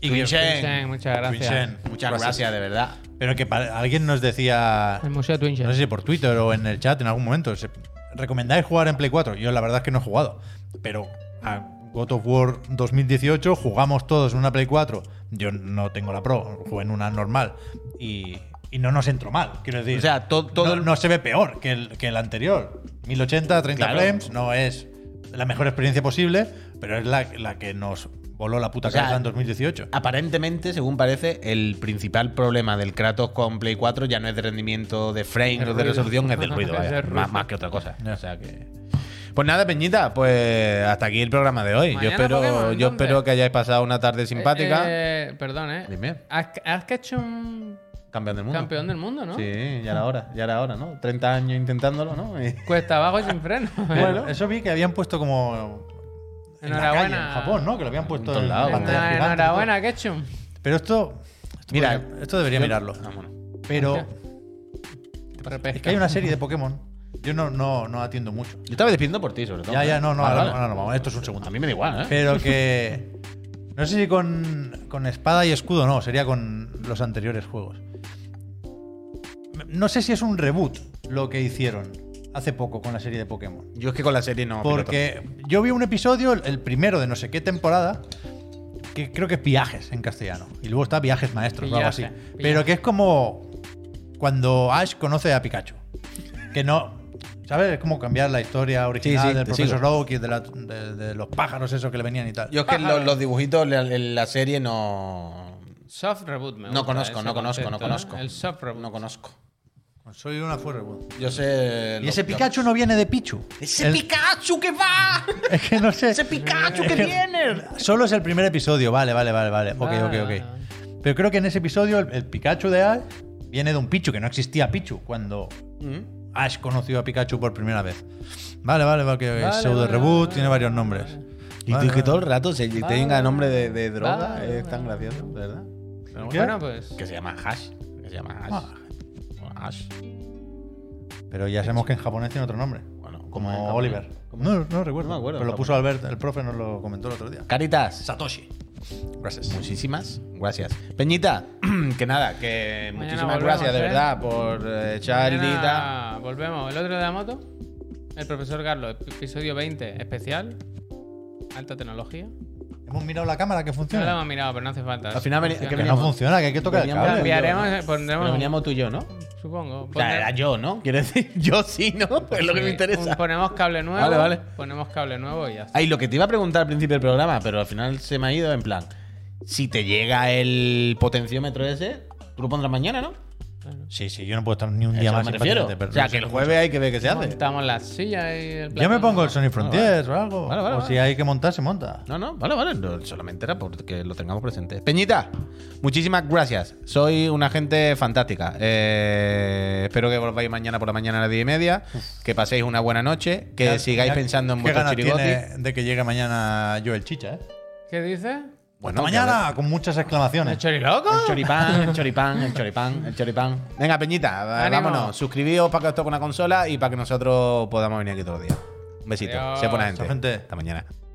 S2: Y
S3: Twin Shen,
S1: Twinchen, muchas gracias.
S2: Vincent,
S3: muchas gracias. de verdad.
S2: pues Pero que para- alguien nos decía,
S1: El Museo Twinchen.
S2: no sé si por Twitter o en el chat en algún momento, se- ¿recomendáis jugar en Play 4? Yo la verdad es que no he jugado, pero a God of War 2018 jugamos todos en una Play 4. Yo no tengo la Pro, jugué en una normal y, y no nos entró mal, quiero decir.
S3: O sea, to- todo
S2: no,
S3: el-
S2: no se ve peor que el, que el anterior. 1080, 30
S3: Claro.
S2: frames, no es la mejor experiencia posible, pero es la, la que nos voló la puta
S3: O sea,
S2: cabeza en 2018.
S3: Aparentemente, según parece, el principal problema del Kratos con Play 4 ya no es de rendimiento de frame
S1: El
S3: o de
S1: ruido.
S3: resolución, es del
S2: <laughs>
S3: ruido,
S1: Es
S3: vaya.
S1: el ruido.
S3: Más, más que otra cosa.
S2: Ya.
S3: O sea que. Pues nada, Peñita, pues hasta aquí el programa de hoy. Yo
S1: Mañana
S3: espero,
S1: Pokémon,
S3: yo
S1: ¿dónde?
S3: espero que hayáis pasado una tarde simpática.
S1: Eh, eh, perdón, ¿eh?
S3: Dime.
S1: Has, has que hecho un
S3: campeón del mundo.
S1: campeón del mundo, ¿no?
S3: Sí, ya era hora, ya era hora, ¿no? 30 años intentándolo, ¿no? Y-
S1: Cuesta abajo y
S3: Ah.
S1: sin freno.
S2: Bueno, eso vi que habían puesto como. En la calle,
S1: Enhorabuena.
S2: en Japón, ¿no? Que lo habían puesto
S3: todos
S2: en,
S3: lados.
S2: pantalla
S1: Enhorabuena,
S2: gigante y todo.
S1: enhorabuena, Ketchum.
S2: Pero esto. esto
S3: Mira,
S2: podría- esto debería mirarlo.
S3: Vámonos.
S2: Pero es que
S1: Repesca.
S2: hay una serie de Pokémon. Yo no, no, no atiendo mucho.
S3: Yo estaba despidiendo por ti, sobre todo.
S2: Ya,
S3: ¿eh?
S2: ya, no, no,
S3: Vale,
S2: ahora,
S3: vale.
S2: ahora no vamos. Esto es un segundo.
S3: A mí me da igual, ¿eh?
S2: Pero que. No sé si con, con espada y escudo no, sería con los anteriores juegos. No sé si es un reboot lo que hicieron hace poco con la serie de Pokémon.
S3: Yo es que con la serie no.
S2: Porque yo vi un episodio, el- el primero de no sé qué temporada, que creo que es Viajes en castellano. Y luego está Viajes Maestros
S1: Viaje,
S2: o algo así.
S1: viaje.
S2: Pero que es como cuando Ash conoce a Pikachu. Que no. ¿Sabes? Es como cambiar la historia original
S3: Sí, sí,
S2: del
S3: te
S2: profesor
S3: sigo.
S2: Oak y de,
S1: <laughs>
S2: la- de- de los pájaros esos que le venían y tal.
S3: Yo es que lo- los dibujitos, la, la serie no.
S1: Soft reboot, me
S3: No
S1: gusta
S3: conozco,
S1: ese
S3: no conozco, no
S1: concepto,
S3: conozco.
S1: El soft reboot.
S3: No conozco.
S2: Pues Soy una Forrestwood.
S3: Yo sé.
S2: Y
S3: lo-
S2: ese
S3: lo-
S2: Pikachu no viene
S3: <laughs>
S2: de Pichu.
S3: ¡Ese
S2: El-
S3: Pikachu que va!
S2: Es que no sé.
S3: ¡Ese Pikachu <laughs> que viene!
S2: Solo es el primer episodio. Vale, vale, vale, vale. Ok,
S1: Vale,
S2: ok,
S1: vale, vale.
S2: ok. Pero creo que en ese episodio el, el Pikachu de Ash viene de un Pichu, que no existía Pichu cuando
S3: ¿Mm?
S2: Ash conoció a Pikachu por primera vez. Vale, vale, vale. ok, ok.
S1: Vale,
S2: Pseudo
S1: vale,
S2: reboot,
S1: vale,
S2: tiene varios
S1: vale,
S2: nombres.
S3: Y
S2: Vale,
S3: tú que
S2: vale.
S3: todo el rato se
S1: Vale.
S3: tenga nombre de, de droga
S1: Vale.
S3: es tan gracioso, de verdad. Pero bueno.
S2: ¿Qué?
S1: Bueno, pues.
S3: Que se llama hash. Que se llama hash.
S2: Ah.
S3: Bueno, hash.
S2: Pero ya sabemos que en japonés tiene otro nombre.
S3: Bueno, ¿cómo
S2: Como
S3: es en japonés?
S2: Oliver.
S3: ¿Cómo es?
S2: No, no recuerdo.
S3: No me acuerdo
S2: Pero
S3: en
S2: lo puso Albert, el profe nos lo comentó el otro día.
S3: Caritas.
S2: Satoshi. Gracias.
S3: Muchísimas gracias. Peñita, <clears throat> que nada, que
S1: Mañana
S3: muchísimas
S1: volvemos,
S3: gracias de
S1: ¿eh?
S3: verdad por eh, echar el dita.
S1: Mañana volvemos. El otro de la moto. El profesor Carlos, episodio 20, especial. Alta tecnología.
S2: Hemos mirado la cámara que
S1: No lo
S2: funciona.
S1: hemos mirado, pero no hace falta.
S3: Al final veni-
S1: Funciona.
S3: que
S2: Que no
S3: veníamos-
S2: funciona, que hay que tocar el
S3: veníamos-
S1: Lo
S2: cable.
S1: enviaremos, pondremos.
S3: Pero
S1: un-
S3: veníamos tú y yo, ¿no?
S1: Supongo.
S3: O sea, era yo, ¿no? Quiero decir, <laughs> yo sí, ¿no? Pues es lo que me
S1: Sí,
S3: interesa.
S1: un- ponemos cable nuevo.
S3: Vale, vale.
S1: Ponemos cable nuevo y ya está.
S3: Ay, lo que te iba a preguntar al principio del programa, pero al final se me ha ido en plan. Si te llega el potenciómetro ese, tú lo pondrás mañana, ¿no?
S2: Sí, sí, yo no puedo estar ni un
S3: A
S2: día
S3: eso
S2: más
S3: me
S2: sin
S3: refiero.
S2: patente, pero
S3: O sea,
S2: no sé
S3: que el
S2: cómo
S3: jueves hay que ver qué se hace.
S1: Montamos la silla y el
S2: Yo me
S1: platón.
S2: pongo el Sony Frontiers o algo.
S3: Vale, vale,
S2: o
S3: vale.
S2: si hay que montar, se monta.
S3: No, no, vale, vale. no, solamente era porque lo tengamos presente. Peñita, muchísimas gracias. Soy una gente fantástica. Eh, espero que volváis mañana por la mañana a las 10 y media. Que paséis una buena noche. Que
S2: Ya-
S3: sigáis
S2: ya-
S3: pensando en
S2: ¿qué
S3: vuestros
S2: ganas
S3: chirigotis.
S2: tiene de que llegue mañana Joel Chicha, ¿eh?
S1: ¿Qué dices?
S2: Hasta
S3: Bueno,
S2: mañana, con muchas exclamaciones.
S1: ¿El choriloco?
S3: El choripán, el choripán, el choripán, el choripán. Venga, Peñita, eh,
S1: Ánimo.
S3: vámonos. Suscribíos para que os toque una consola y para que nosotros podamos venir aquí todos los días. Un besito.
S1: Adiós.
S3: Se pone gente.
S2: Chao, gente.
S3: Hasta mañana.